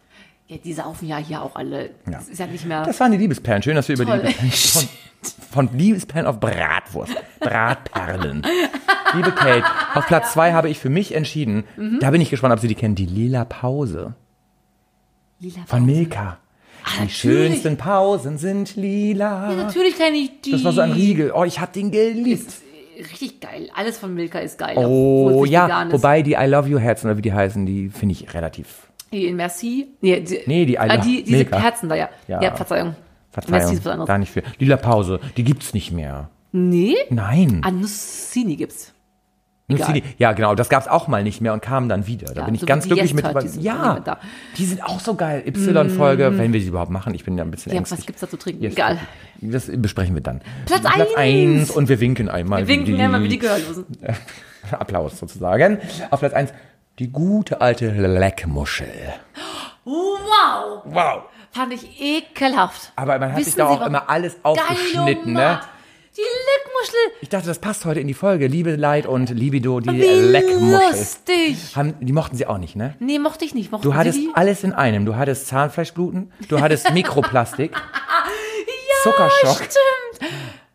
[SPEAKER 2] Ja, die saufen ja hier auch alle. Das ist ja nicht mehr.
[SPEAKER 1] Das waren die Liebesperlen. Schön, dass wir über
[SPEAKER 2] Toll.
[SPEAKER 1] die Liebesperlen von, von Liebesperlen auf Bratwurst. Bratperlen. Liebe Kate, auf Platz zwei habe ich für mich entschieden,
[SPEAKER 2] Mhm.
[SPEAKER 1] da bin ich gespannt, ob Sie die kennen, die lila Pause
[SPEAKER 2] Lila
[SPEAKER 1] von Milka. die
[SPEAKER 2] Ah, natürlich.
[SPEAKER 1] schönsten Pausen sind lila.
[SPEAKER 2] Ja, natürlich kenne ich die.
[SPEAKER 1] das war so ein Riegel. Oh, ich hab den geliebt.
[SPEAKER 2] Richtig geil. Alles von Milka ist geil.
[SPEAKER 1] Oh
[SPEAKER 2] obwohl es nicht
[SPEAKER 1] ja,
[SPEAKER 2] vegan ist.
[SPEAKER 1] wobei die I Love You Herzen oder wie die heißen, die finde ich relativ.
[SPEAKER 2] Die in Merci. Nee, die,
[SPEAKER 1] Nee, die I
[SPEAKER 2] ah,
[SPEAKER 1] love
[SPEAKER 2] die, diese
[SPEAKER 1] Milka.
[SPEAKER 2] Herzen da, ja.
[SPEAKER 1] Ja.
[SPEAKER 2] ja. Verzeihung. Merci
[SPEAKER 1] Verzeihung,
[SPEAKER 2] ist was anderes.
[SPEAKER 1] gar nicht für. Lila Pause, die gibt's nicht mehr.
[SPEAKER 2] Nee, Ah,
[SPEAKER 1] Nein.
[SPEAKER 2] Anussini gibt's.
[SPEAKER 1] Nur CD. Ja, genau, das gab's auch mal nicht mehr und kam dann wieder. Da
[SPEAKER 2] Ja,
[SPEAKER 1] bin ich
[SPEAKER 2] so wie
[SPEAKER 1] ganz
[SPEAKER 2] die
[SPEAKER 1] glücklich
[SPEAKER 2] jetzt
[SPEAKER 1] mit.
[SPEAKER 2] heute,
[SPEAKER 1] drüber.
[SPEAKER 2] die sind schon
[SPEAKER 1] ja,
[SPEAKER 2] nicht mehr da. Mm.
[SPEAKER 1] die sind auch so geil. Y-Folge, wenn wir sie überhaupt machen. Ich bin ja ein bisschen
[SPEAKER 2] Ja,
[SPEAKER 1] ängstlich.
[SPEAKER 2] was gibt's da zu trinken?
[SPEAKER 1] Jetzt,
[SPEAKER 2] Egal.
[SPEAKER 1] Das besprechen wir dann.
[SPEAKER 2] Platz
[SPEAKER 1] Platz
[SPEAKER 2] eins.
[SPEAKER 1] 1 und wir winken einmal.
[SPEAKER 2] Wir winken
[SPEAKER 1] wie die-
[SPEAKER 2] ja mal wie die Gehörlosen.
[SPEAKER 1] Applaus sozusagen. Auf Platz 1 die gute alte Leckmuschel.
[SPEAKER 2] Wow!
[SPEAKER 1] Wow.
[SPEAKER 2] Fand ich ekelhaft.
[SPEAKER 1] Aber man hat
[SPEAKER 2] Wissen
[SPEAKER 1] sich da
[SPEAKER 2] Sie,
[SPEAKER 1] auch
[SPEAKER 2] was-
[SPEAKER 1] immer alles aufgeschnitten, ne?
[SPEAKER 2] Geilomat. Die Leckmuschel.
[SPEAKER 1] Ich dachte, das passt heute in die Folge. Liebe, Leid und Libido, die
[SPEAKER 2] Wie
[SPEAKER 1] Leckmuschel.
[SPEAKER 2] lustig.
[SPEAKER 1] Haben, die mochten sie auch nicht, ne?
[SPEAKER 2] Nee, mochte ich nicht. Mochten
[SPEAKER 1] Du
[SPEAKER 2] Sie
[SPEAKER 1] hattest
[SPEAKER 2] die?
[SPEAKER 1] alles in einem. Du hattest Zahnfleischbluten, du hattest Mikroplastik, Zuckerschock
[SPEAKER 2] Stimmt.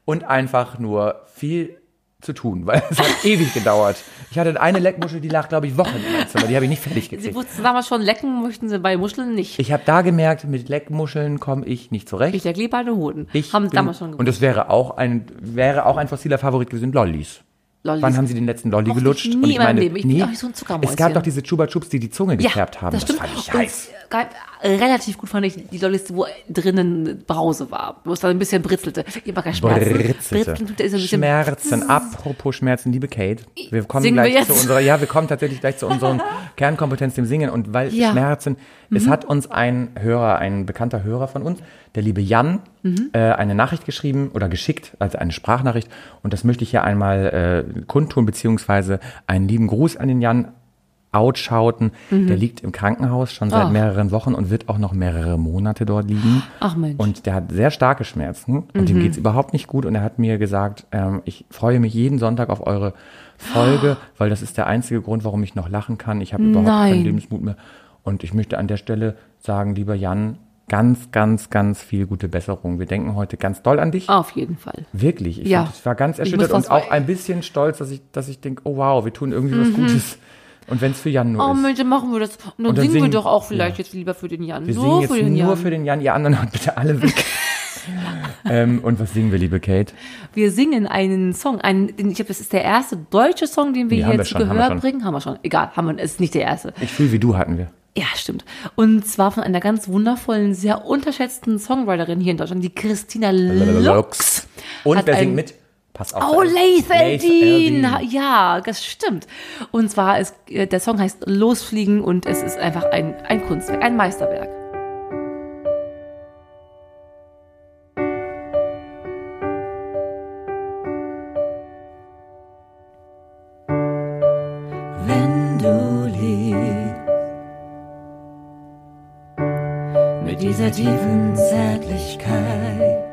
[SPEAKER 1] und einfach nur viel zu tun, weil es hat ewig gedauert. Ich hatte eine Leckmuschel, die lag, glaube ich, Wochen in meinem Zimmer. Die habe ich nicht fertig
[SPEAKER 2] Sie
[SPEAKER 1] gekriegt.
[SPEAKER 2] wussten damals schon, lecken möchten sie bei Muscheln nicht.
[SPEAKER 1] Ich habe da gemerkt, mit Leckmuscheln komme ich nicht zurecht.
[SPEAKER 2] Ich leg lieber an den Hoden.
[SPEAKER 1] Ich
[SPEAKER 2] Haben
[SPEAKER 1] bin-
[SPEAKER 2] damals schon
[SPEAKER 1] Und das wäre auch ein, wäre auch ein fossiler Favorit gewesen, Lollis.
[SPEAKER 2] Lollis.
[SPEAKER 1] Wann haben sie den letzten Lolli
[SPEAKER 2] Mochte ich
[SPEAKER 1] gelutscht?
[SPEAKER 2] nie in meinem Leben. Ich bin auch nicht so ein Zuckermäuschen.
[SPEAKER 1] Es gab doch diese Chupa Chups, die die Zunge gefärbt haben.
[SPEAKER 2] Das stimmt.
[SPEAKER 1] fand ich
[SPEAKER 2] Und
[SPEAKER 1] heiß.
[SPEAKER 2] es gab- relativ gut fand ich die Lollis, wo drinnen Brause war, wo es dann ein bisschen britzelte. Ich mag ja Schmerzen.
[SPEAKER 1] Britzelte.
[SPEAKER 2] Britzeln tut er so ein bisschen.
[SPEAKER 1] Schmerzen. Apropos Schmerzen, liebe Kate, wir kommen
[SPEAKER 2] Singen wir
[SPEAKER 1] gleich
[SPEAKER 2] jetzt?
[SPEAKER 1] zu unserer, ja, wir kommen tatsächlich gleich zu unseren Kernkompetenz, dem Singen und weil
[SPEAKER 2] Ja. Mhm.
[SPEAKER 1] Schmerzen, es hat uns ein Hörer, ein bekannter Hörer von uns, der liebe Jan,
[SPEAKER 2] Mhm.
[SPEAKER 1] äh, eine Nachricht geschrieben oder geschickt, also eine Sprachnachricht und das möchte ich hier einmal äh, kundtun, beziehungsweise einen lieben Gruß an den Jan outschauten. Der liegt im Krankenhaus schon seit
[SPEAKER 2] Mhm. Ach.
[SPEAKER 1] mehreren Wochen und wird auch noch mehrere Monate dort liegen.
[SPEAKER 2] Ach Mensch. Mhm.
[SPEAKER 1] Und der hat sehr starke Schmerzen und ihm geht's überhaupt nicht gut. Und er hat mir gesagt, ähm, ich freue mich jeden Sonntag auf eure Folge, weil das ist der einzige Grund, warum ich noch lachen kann. Ich habe überhaupt
[SPEAKER 2] Nein.
[SPEAKER 1] keinen Lebensmut mehr. Und ich möchte an der Stelle sagen, lieber Jan, ganz, ganz, ganz viel gute Besserung. Wir denken heute ganz doll an dich.
[SPEAKER 2] Ah, Auf jeden Fall.
[SPEAKER 1] Wirklich, ich
[SPEAKER 2] Oh. Ja.
[SPEAKER 1] fand- ich war ganz
[SPEAKER 2] Ich muss
[SPEAKER 1] erschüttert
[SPEAKER 2] fast
[SPEAKER 1] und auch
[SPEAKER 2] weinen.
[SPEAKER 1] ein bisschen stolz, dass ich, dass ich denke, oh wow, wir tun irgendwie was Gutes. Und wenn es für Jan nur
[SPEAKER 2] Mhm. Oh
[SPEAKER 1] ist.
[SPEAKER 2] Mensch, dann machen wir das. Und
[SPEAKER 1] Und
[SPEAKER 2] dann,
[SPEAKER 1] dann
[SPEAKER 2] singen, wir
[SPEAKER 1] singen-
[SPEAKER 2] doch auch vielleicht jetzt lieber für den Jan.
[SPEAKER 1] Wir
[SPEAKER 2] nur
[SPEAKER 1] singen
[SPEAKER 2] für
[SPEAKER 1] jetzt
[SPEAKER 2] den
[SPEAKER 1] nur
[SPEAKER 2] Jan.
[SPEAKER 1] für den Jan, ihr anderen haut bitte alle weg. ähm, und was singen wir, liebe Kate?
[SPEAKER 2] wir singen einen Song, einen, den, ich glaube, das ist der erste deutsche Song, den wir
[SPEAKER 1] Nee,
[SPEAKER 2] hier
[SPEAKER 1] haben wir
[SPEAKER 2] jetzt
[SPEAKER 1] schon, haben wir
[SPEAKER 2] gehört
[SPEAKER 1] schon.
[SPEAKER 2] bringen. Haben wir schon. Egal, haben wir, es ist nicht der erste.
[SPEAKER 1] Ich fühl wie du hatten wir.
[SPEAKER 2] Ja, stimmt. Und zwar von einer ganz wundervollen, sehr unterschätzten Songwriterin hier in Deutschland, die Christina Lux.
[SPEAKER 1] Und
[SPEAKER 2] Hat
[SPEAKER 1] wer
[SPEAKER 2] ein-
[SPEAKER 1] singt mit? Pass auf.
[SPEAKER 2] Oh, Laith Eldin.
[SPEAKER 1] Äh, Eldin.
[SPEAKER 2] Ja, das stimmt. Und zwar ist, äh, der Song heißt Losfliegen und es ist einfach ein, ein Kunstwerk, ein Meisterwerk.
[SPEAKER 3] Wenn du liebst, mit dieser tiefen Zärtlichkeit.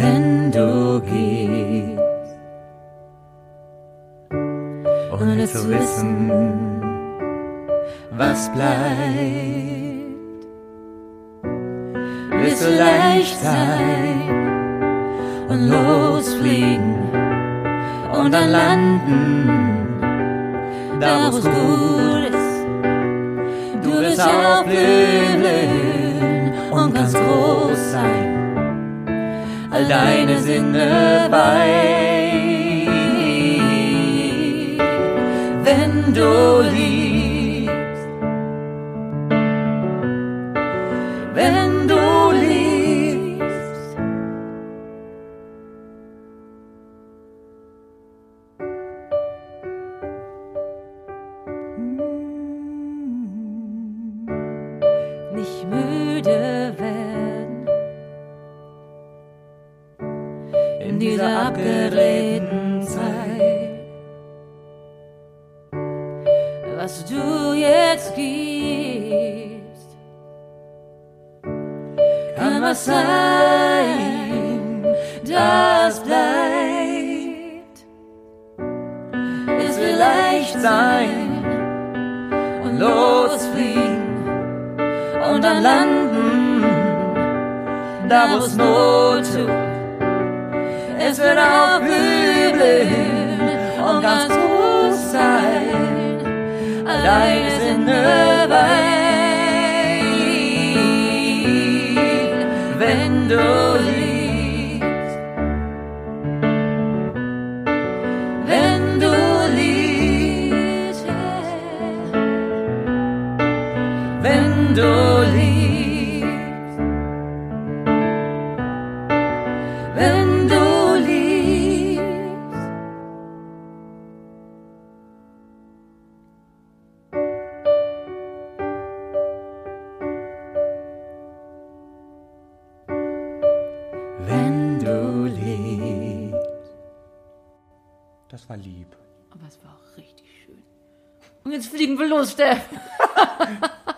[SPEAKER 3] Wenn du gehst, ohne Um zu wissen, was bleibt, wirst du leicht sein und losfliegen und dann landen, da wo's gut ist. Du wirst aufblühen und ganz groß sein, all deine Sinne weit. Wenn du liebst, wenn du liebst, Mm. nicht müde werden. In dieser abgedrehten Zeit, was du jetzt gibst, kann was sein, das bleibt. Es will leicht sein und losfliegen und dann landen, da wo's Not tut. Es wird aufblühen und ganz groß sein, all deine Sinne weit, wenn du liebst. Wenn du liebst, wenn du liebst, wenn du liebst. Wenn du liebst.
[SPEAKER 1] Das war lieb.
[SPEAKER 2] Aber es war richtig schön. Und jetzt fliegen wir los, Steff.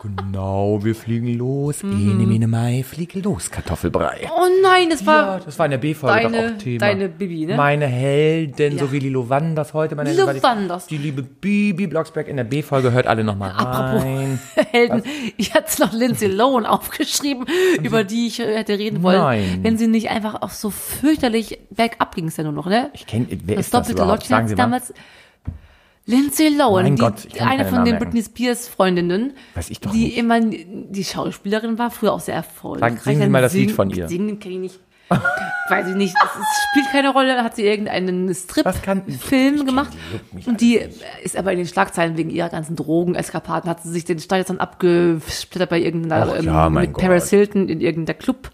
[SPEAKER 1] Genau, wir fliegen los.
[SPEAKER 2] Mhm.
[SPEAKER 1] Ene, mene, mai, flieg los, Kartoffelbrei.
[SPEAKER 2] Oh nein, das
[SPEAKER 1] Ja,
[SPEAKER 2] war
[SPEAKER 1] das war in der B-Folge doch
[SPEAKER 2] deine-
[SPEAKER 1] auch Thema.
[SPEAKER 2] deine Bibi, ne?
[SPEAKER 1] Meine Heldin,
[SPEAKER 2] Ja.
[SPEAKER 1] so wie Lilo Wanders heute. Meine
[SPEAKER 2] Lilo
[SPEAKER 1] Heldin war die-
[SPEAKER 2] Wanders.
[SPEAKER 1] Die liebe Bibi Blocksberg in der B-Folge. Hört alle nochmal
[SPEAKER 2] Apropos
[SPEAKER 1] rein.
[SPEAKER 2] Helden. Ich hatte noch Lindsay Lohan aufgeschrieben, über die ich äh, hätte reden wollen,
[SPEAKER 1] Nein.
[SPEAKER 2] wenn sie nicht einfach auch so fürchterlich bergab ging es ja nur noch, ne?
[SPEAKER 1] Ich kenn, wer
[SPEAKER 2] Das
[SPEAKER 1] ist das
[SPEAKER 2] doppelte
[SPEAKER 1] überhaupt?
[SPEAKER 2] Lottchen
[SPEAKER 1] Sagen
[SPEAKER 2] hat
[SPEAKER 1] Sie
[SPEAKER 2] es
[SPEAKER 1] mal.
[SPEAKER 2] damals. Lindsay Lohan,
[SPEAKER 1] Mein
[SPEAKER 2] die,
[SPEAKER 1] Gott, ich kann mir
[SPEAKER 2] eine
[SPEAKER 1] keine
[SPEAKER 2] von den
[SPEAKER 1] Namen merken.
[SPEAKER 2] Britney Spears Freundinnen,
[SPEAKER 1] Weiß ich doch
[SPEAKER 2] die
[SPEAKER 1] nicht.
[SPEAKER 2] immer die Schauspielerin war, früher auch sehr erfolgreich.
[SPEAKER 1] Sag- singen Sie mal das Lied von ihr.
[SPEAKER 2] Singen kann ich nicht. Weiß ich nicht. Es ist- spielt keine Rolle. Hat sie irgendeinen
[SPEAKER 1] Was kann- ich- ich
[SPEAKER 2] Strip-Film
[SPEAKER 1] kenn
[SPEAKER 2] gemacht?
[SPEAKER 1] die, juckt mich
[SPEAKER 2] und die ist aber in den Schlagzeilen wegen ihrer ganzen Drogeneskapaden hat sie sich den Stall jetzt dann abgesplittert bei irgendeiner ähm,
[SPEAKER 1] Ach ja, mein
[SPEAKER 2] mit
[SPEAKER 1] Gott.
[SPEAKER 2] Paris Hilton in irgendeiner Club.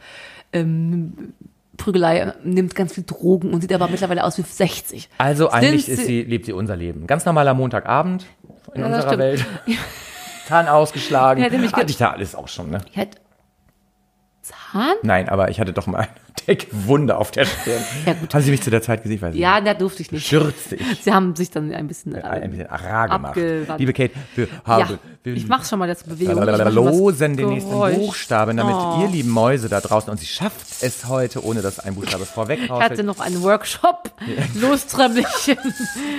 [SPEAKER 2] Ähm, Prügelei nimmt ganz viel Drogen und sieht aber mittlerweile aus wie 60.
[SPEAKER 1] Also eigentlich
[SPEAKER 2] Sind
[SPEAKER 1] ist sie, lebt sie unser Leben. Ganz normaler Montagabend in
[SPEAKER 2] Ja, das
[SPEAKER 1] unserer Welt. Zahn ausgeschlagen.
[SPEAKER 2] Hätte mich
[SPEAKER 1] Hatte ich da alles auch schon, ne?
[SPEAKER 2] Ich hätte Zahn?
[SPEAKER 1] Nein, aber ich hatte doch mal eine dicke Wunde auf der Stirn.
[SPEAKER 2] Ja, gut.
[SPEAKER 1] Haben Sie mich zu der Zeit gesehen? Ich Weiß
[SPEAKER 2] Ja, da durfte ich
[SPEAKER 1] nicht.
[SPEAKER 2] nicht.
[SPEAKER 1] Stürzte ich.
[SPEAKER 2] Sie haben sich dann ein bisschen. Äh,
[SPEAKER 1] Ein bisschen rar gemacht.
[SPEAKER 2] Abgewandt.
[SPEAKER 1] Liebe Kate, wir
[SPEAKER 2] ja,
[SPEAKER 1] haben. wir
[SPEAKER 2] ich mache schon mal das Bewegung. ich mach schon mal das
[SPEAKER 1] losen den nächsten
[SPEAKER 2] Geräusch.
[SPEAKER 1] Buchstaben, damit
[SPEAKER 2] Oh.
[SPEAKER 1] ihr lieben Mäuse da draußen, und sie schafft es heute, ohne dass ein Buchstabe
[SPEAKER 2] Ich hatte
[SPEAKER 1] vorwegrauscht.
[SPEAKER 2] noch einen Workshop. Loströmmchen.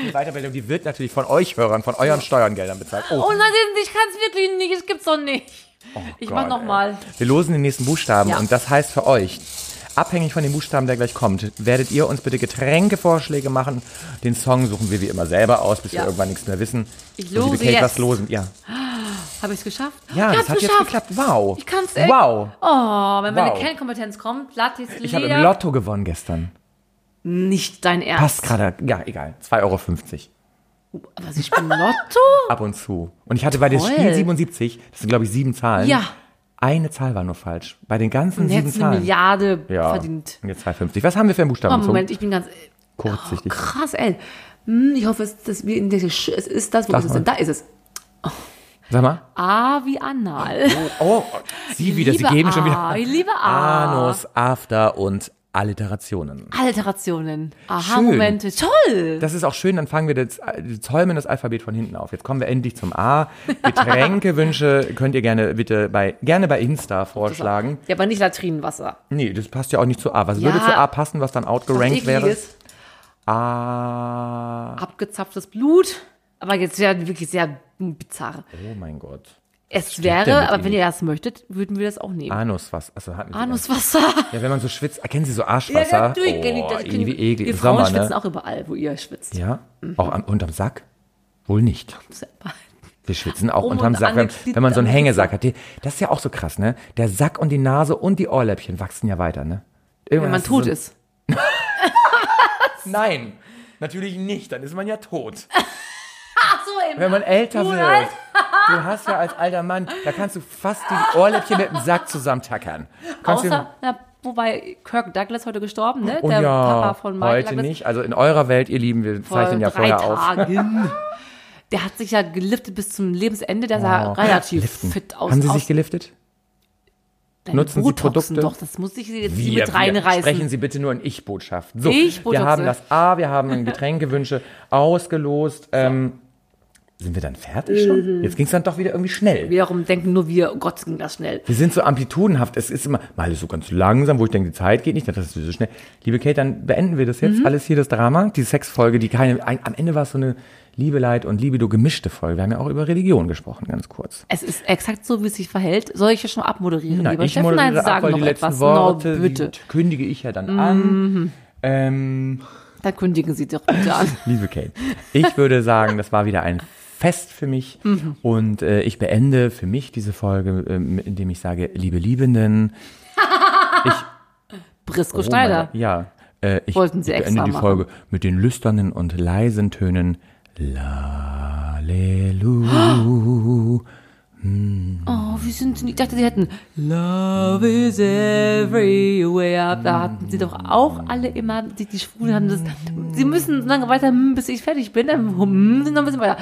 [SPEAKER 1] Die Weiterbildung, die wird natürlich von euch Hörern, von euren Steuergeldern bezahlt. Oh,
[SPEAKER 2] Oh nein, ich kann es wirklich nicht. Es gibt's doch nicht. ich mach
[SPEAKER 1] Gott,
[SPEAKER 2] noch
[SPEAKER 1] ey.
[SPEAKER 2] mal.
[SPEAKER 1] Wir losen den nächsten Buchstaben
[SPEAKER 2] Ja.
[SPEAKER 1] und das heißt für euch, abhängig von dem Buchstaben, der gleich kommt, werdet ihr uns bitte Getränkevorschläge machen. Den Song suchen wir wie immer selber aus, bis wir
[SPEAKER 2] Ja.
[SPEAKER 1] irgendwann nichts mehr wissen.
[SPEAKER 2] Ich
[SPEAKER 1] Und liebe
[SPEAKER 2] lose
[SPEAKER 1] Kate,
[SPEAKER 2] jetzt.
[SPEAKER 1] was losen? Ja,
[SPEAKER 2] Habe ich es geschafft?
[SPEAKER 1] ja das
[SPEAKER 2] ich hab's
[SPEAKER 1] hat jetzt
[SPEAKER 2] geschafft.
[SPEAKER 1] geklappt. Wow.
[SPEAKER 2] Ich kann's echt.
[SPEAKER 1] Wow.
[SPEAKER 2] Oh, wenn meine
[SPEAKER 1] Wow.
[SPEAKER 2] Kernkompetenz kommt, Lattes
[SPEAKER 1] Ich habe im Lotto gewonnen gestern.
[SPEAKER 2] Nicht dein Ernst.
[SPEAKER 1] Passt gerade. Ja, egal. 2,50 Euro.
[SPEAKER 2] Aber sie spielen Lotto?
[SPEAKER 1] Ab und zu. Und ich hatte bei dem
[SPEAKER 2] Toll.
[SPEAKER 1] Spiel 77, das sind glaube ich sieben Zahlen.
[SPEAKER 2] Ja.
[SPEAKER 1] Eine Zahl war nur falsch. Bei den ganzen sieben
[SPEAKER 2] Hättest eine
[SPEAKER 1] Zahlen.
[SPEAKER 2] Milliarde
[SPEAKER 1] ja.
[SPEAKER 2] verdient.
[SPEAKER 1] Und jetzt 2,50. Was haben wir für einen Buchstaben?
[SPEAKER 2] Oh,
[SPEAKER 1] zum
[SPEAKER 2] Moment, ich bin ganz.
[SPEAKER 1] Kurzsichtig.
[SPEAKER 2] Krass, ey. Hm, Ich hoffe, es, dass wir in der Sch es ist das, wo
[SPEAKER 1] Sag
[SPEAKER 2] ist es denn?
[SPEAKER 1] mal.
[SPEAKER 2] Da ist es.
[SPEAKER 1] Sag mal.
[SPEAKER 2] A wie anal.
[SPEAKER 1] Oh, sie wieder, sie
[SPEAKER 2] Liebe
[SPEAKER 1] geben schon
[SPEAKER 2] A,
[SPEAKER 1] wieder.
[SPEAKER 2] ich liebe A.
[SPEAKER 1] Anus, After und Alliterationen.
[SPEAKER 2] Alliterationen.
[SPEAKER 1] Schön.
[SPEAKER 2] Aha-Momente. Toll.
[SPEAKER 1] Das ist auch schön, dann fangen wir jetzt, wir zäumen das Alphabet von hinten auf. Jetzt kommen wir endlich zum A. Getränkewünsche könnt ihr gerne bitte bei, gerne bei Insta vorschlagen.
[SPEAKER 2] Ja, aber nicht Latrinenwasser.
[SPEAKER 1] Nee, das passt ja auch nicht zu A. Was
[SPEAKER 2] Ja.
[SPEAKER 1] würde zu A passen, was dann outgerankt wäre?
[SPEAKER 2] Ekliges,
[SPEAKER 1] A.
[SPEAKER 2] abgezapftes Blut. Aber jetzt wäre wirklich sehr bizarr.
[SPEAKER 1] Oh mein Gott.
[SPEAKER 2] Es
[SPEAKER 1] denn
[SPEAKER 2] wäre,
[SPEAKER 1] mit
[SPEAKER 2] aber wenn
[SPEAKER 1] Ihnen?
[SPEAKER 2] ihr das möchtet, würden wir das auch nehmen.
[SPEAKER 1] Anus, was? Also, hatten wir-
[SPEAKER 2] Anuswasser.
[SPEAKER 1] Ja, wenn man so schwitzt, erkennen Sie so Arschwasser?
[SPEAKER 2] kenn ich
[SPEAKER 1] oh,
[SPEAKER 2] das.
[SPEAKER 1] irgendwie eklig.
[SPEAKER 2] Wir
[SPEAKER 1] Im
[SPEAKER 2] Frauen
[SPEAKER 1] Sommer,
[SPEAKER 2] schwitzen
[SPEAKER 1] ne?
[SPEAKER 2] auch überall, wo ihr schwitzt.
[SPEAKER 1] Ja? Auch am, unterm Sack? Wohl nicht. Wir schwitzen auch
[SPEAKER 2] Um
[SPEAKER 1] unterm
[SPEAKER 2] und
[SPEAKER 1] Sack,
[SPEAKER 2] an
[SPEAKER 1] wenn,
[SPEAKER 2] den Glied-
[SPEAKER 1] wenn man so einen
[SPEAKER 2] an den
[SPEAKER 1] Hängesack hat. Die- Das ist ja auch so krass, ne? Der Sack und die Nase und die Ohrläppchen wachsen ja weiter, ne?
[SPEAKER 2] Wenn man tot ist.
[SPEAKER 1] Nein, natürlich nicht, dann ist man ja tot.
[SPEAKER 2] Ach so, eben.
[SPEAKER 1] Wenn man älter
[SPEAKER 2] Du,
[SPEAKER 1] wird.
[SPEAKER 2] Alter.
[SPEAKER 1] Du hast ja als alter Mann, da kannst du fast die Ohrläppchen mit dem Sack zusammen Kannst du,
[SPEAKER 2] Außer, na, wobei Kirk Douglas heute gestorben, ne?
[SPEAKER 1] oh
[SPEAKER 2] Der
[SPEAKER 1] ja,
[SPEAKER 2] Papa von Michael
[SPEAKER 1] heute
[SPEAKER 2] Douglas.
[SPEAKER 1] nicht. Also in eurer Welt, ihr Lieben, wir
[SPEAKER 2] vor
[SPEAKER 1] zeichnen ja
[SPEAKER 2] drei
[SPEAKER 1] vorher auf.
[SPEAKER 2] Tagen. Der hat sich ja geliftet bis zum Lebensende, der sah relativ
[SPEAKER 1] Oh, Liften.
[SPEAKER 2] fit aus.
[SPEAKER 1] Haben Sie sich
[SPEAKER 2] aus-
[SPEAKER 1] geliftet?
[SPEAKER 2] Deine
[SPEAKER 1] nutzen Sie
[SPEAKER 2] Botoxen
[SPEAKER 1] Produkte?
[SPEAKER 2] Doch, das muss ich Sie jetzt
[SPEAKER 1] Wir,
[SPEAKER 2] nicht mit
[SPEAKER 1] wir.
[SPEAKER 2] reinreißen.
[SPEAKER 1] Sprechen Sie bitte nur in Ich-Botschaften. So,
[SPEAKER 2] Ich-Botschaften.
[SPEAKER 1] wir haben das A, wir haben Getränkewünsche ausgelost. Ähm, sind wir dann fertig schon?
[SPEAKER 2] Mhm.
[SPEAKER 1] Jetzt ging es dann doch wieder irgendwie schnell.
[SPEAKER 2] Wiederum denken nur wir, oh Gott, ging das schnell.
[SPEAKER 1] Wir sind so amplitudenhaft. Es ist immer, mal ist so ganz langsam, wo ich denke, die Zeit geht nicht, dann ist es so schnell. Liebe Kate, dann beenden wir das jetzt.
[SPEAKER 2] Mhm.
[SPEAKER 1] Alles hier das Drama, die Sexfolge, die keine, ein, am Ende war es so eine Liebe, Leid und Libido gemischte Folge. Wir haben ja auch über Religion gesprochen, ganz kurz.
[SPEAKER 2] Es ist exakt so, wie es sich verhält. Soll ich ja schon abmoderieren, lieber Steffen?
[SPEAKER 1] moderiere
[SPEAKER 2] Nein, Sie
[SPEAKER 1] ab,
[SPEAKER 2] sagen
[SPEAKER 1] weil
[SPEAKER 2] noch
[SPEAKER 1] die letzten
[SPEAKER 2] etwas.
[SPEAKER 1] Worte,
[SPEAKER 2] no, bitte. Mhm.
[SPEAKER 1] Die kündige ich ja dann an. Ähm,
[SPEAKER 2] Dann kündigen Sie doch bitte an.
[SPEAKER 1] Liebe Kate, ich würde sagen, das war wieder ein Fest für mich.
[SPEAKER 2] Mhm.
[SPEAKER 1] Und äh, ich beende für mich diese Folge, ähm, indem ich sage, liebe Liebenden.
[SPEAKER 2] Brisco
[SPEAKER 1] Oh mein
[SPEAKER 2] Oh Schneider.
[SPEAKER 1] Gott, ja. Äh, ich
[SPEAKER 2] Wollten Sie
[SPEAKER 1] beende
[SPEAKER 2] extra
[SPEAKER 1] die
[SPEAKER 2] machen.
[SPEAKER 1] Folge mit den lüsternen und leisen Tönen. Lalelu.
[SPEAKER 2] Oh, wie sind Sie? Ich dachte, Sie hätten Love is everywhere. Da hatten Sie doch auch alle immer, die, die Schwulen haben das. Sie müssen so lange weiter, hm, bis ich fertig bin. Dann hm, Sie noch ein bisschen weiter.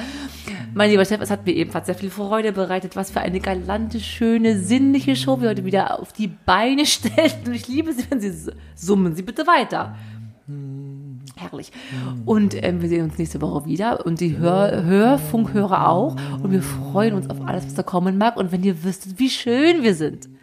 [SPEAKER 2] Mein lieber Chef, es hat mir ebenfalls sehr viel Freude bereitet. Was für eine galante, schöne, sinnliche Show wir heute wieder auf die Beine stellten. Und ich liebe Sie, wenn Sie s- summen. Sie bitte weiter. herrlich. Und ähm, wir sehen uns nächste Woche wieder und die Hör Hörfunkhörer auch. Und wir freuen uns auf alles, was da kommen mag. Und wenn ihr wüsstet, wie schön wir sind.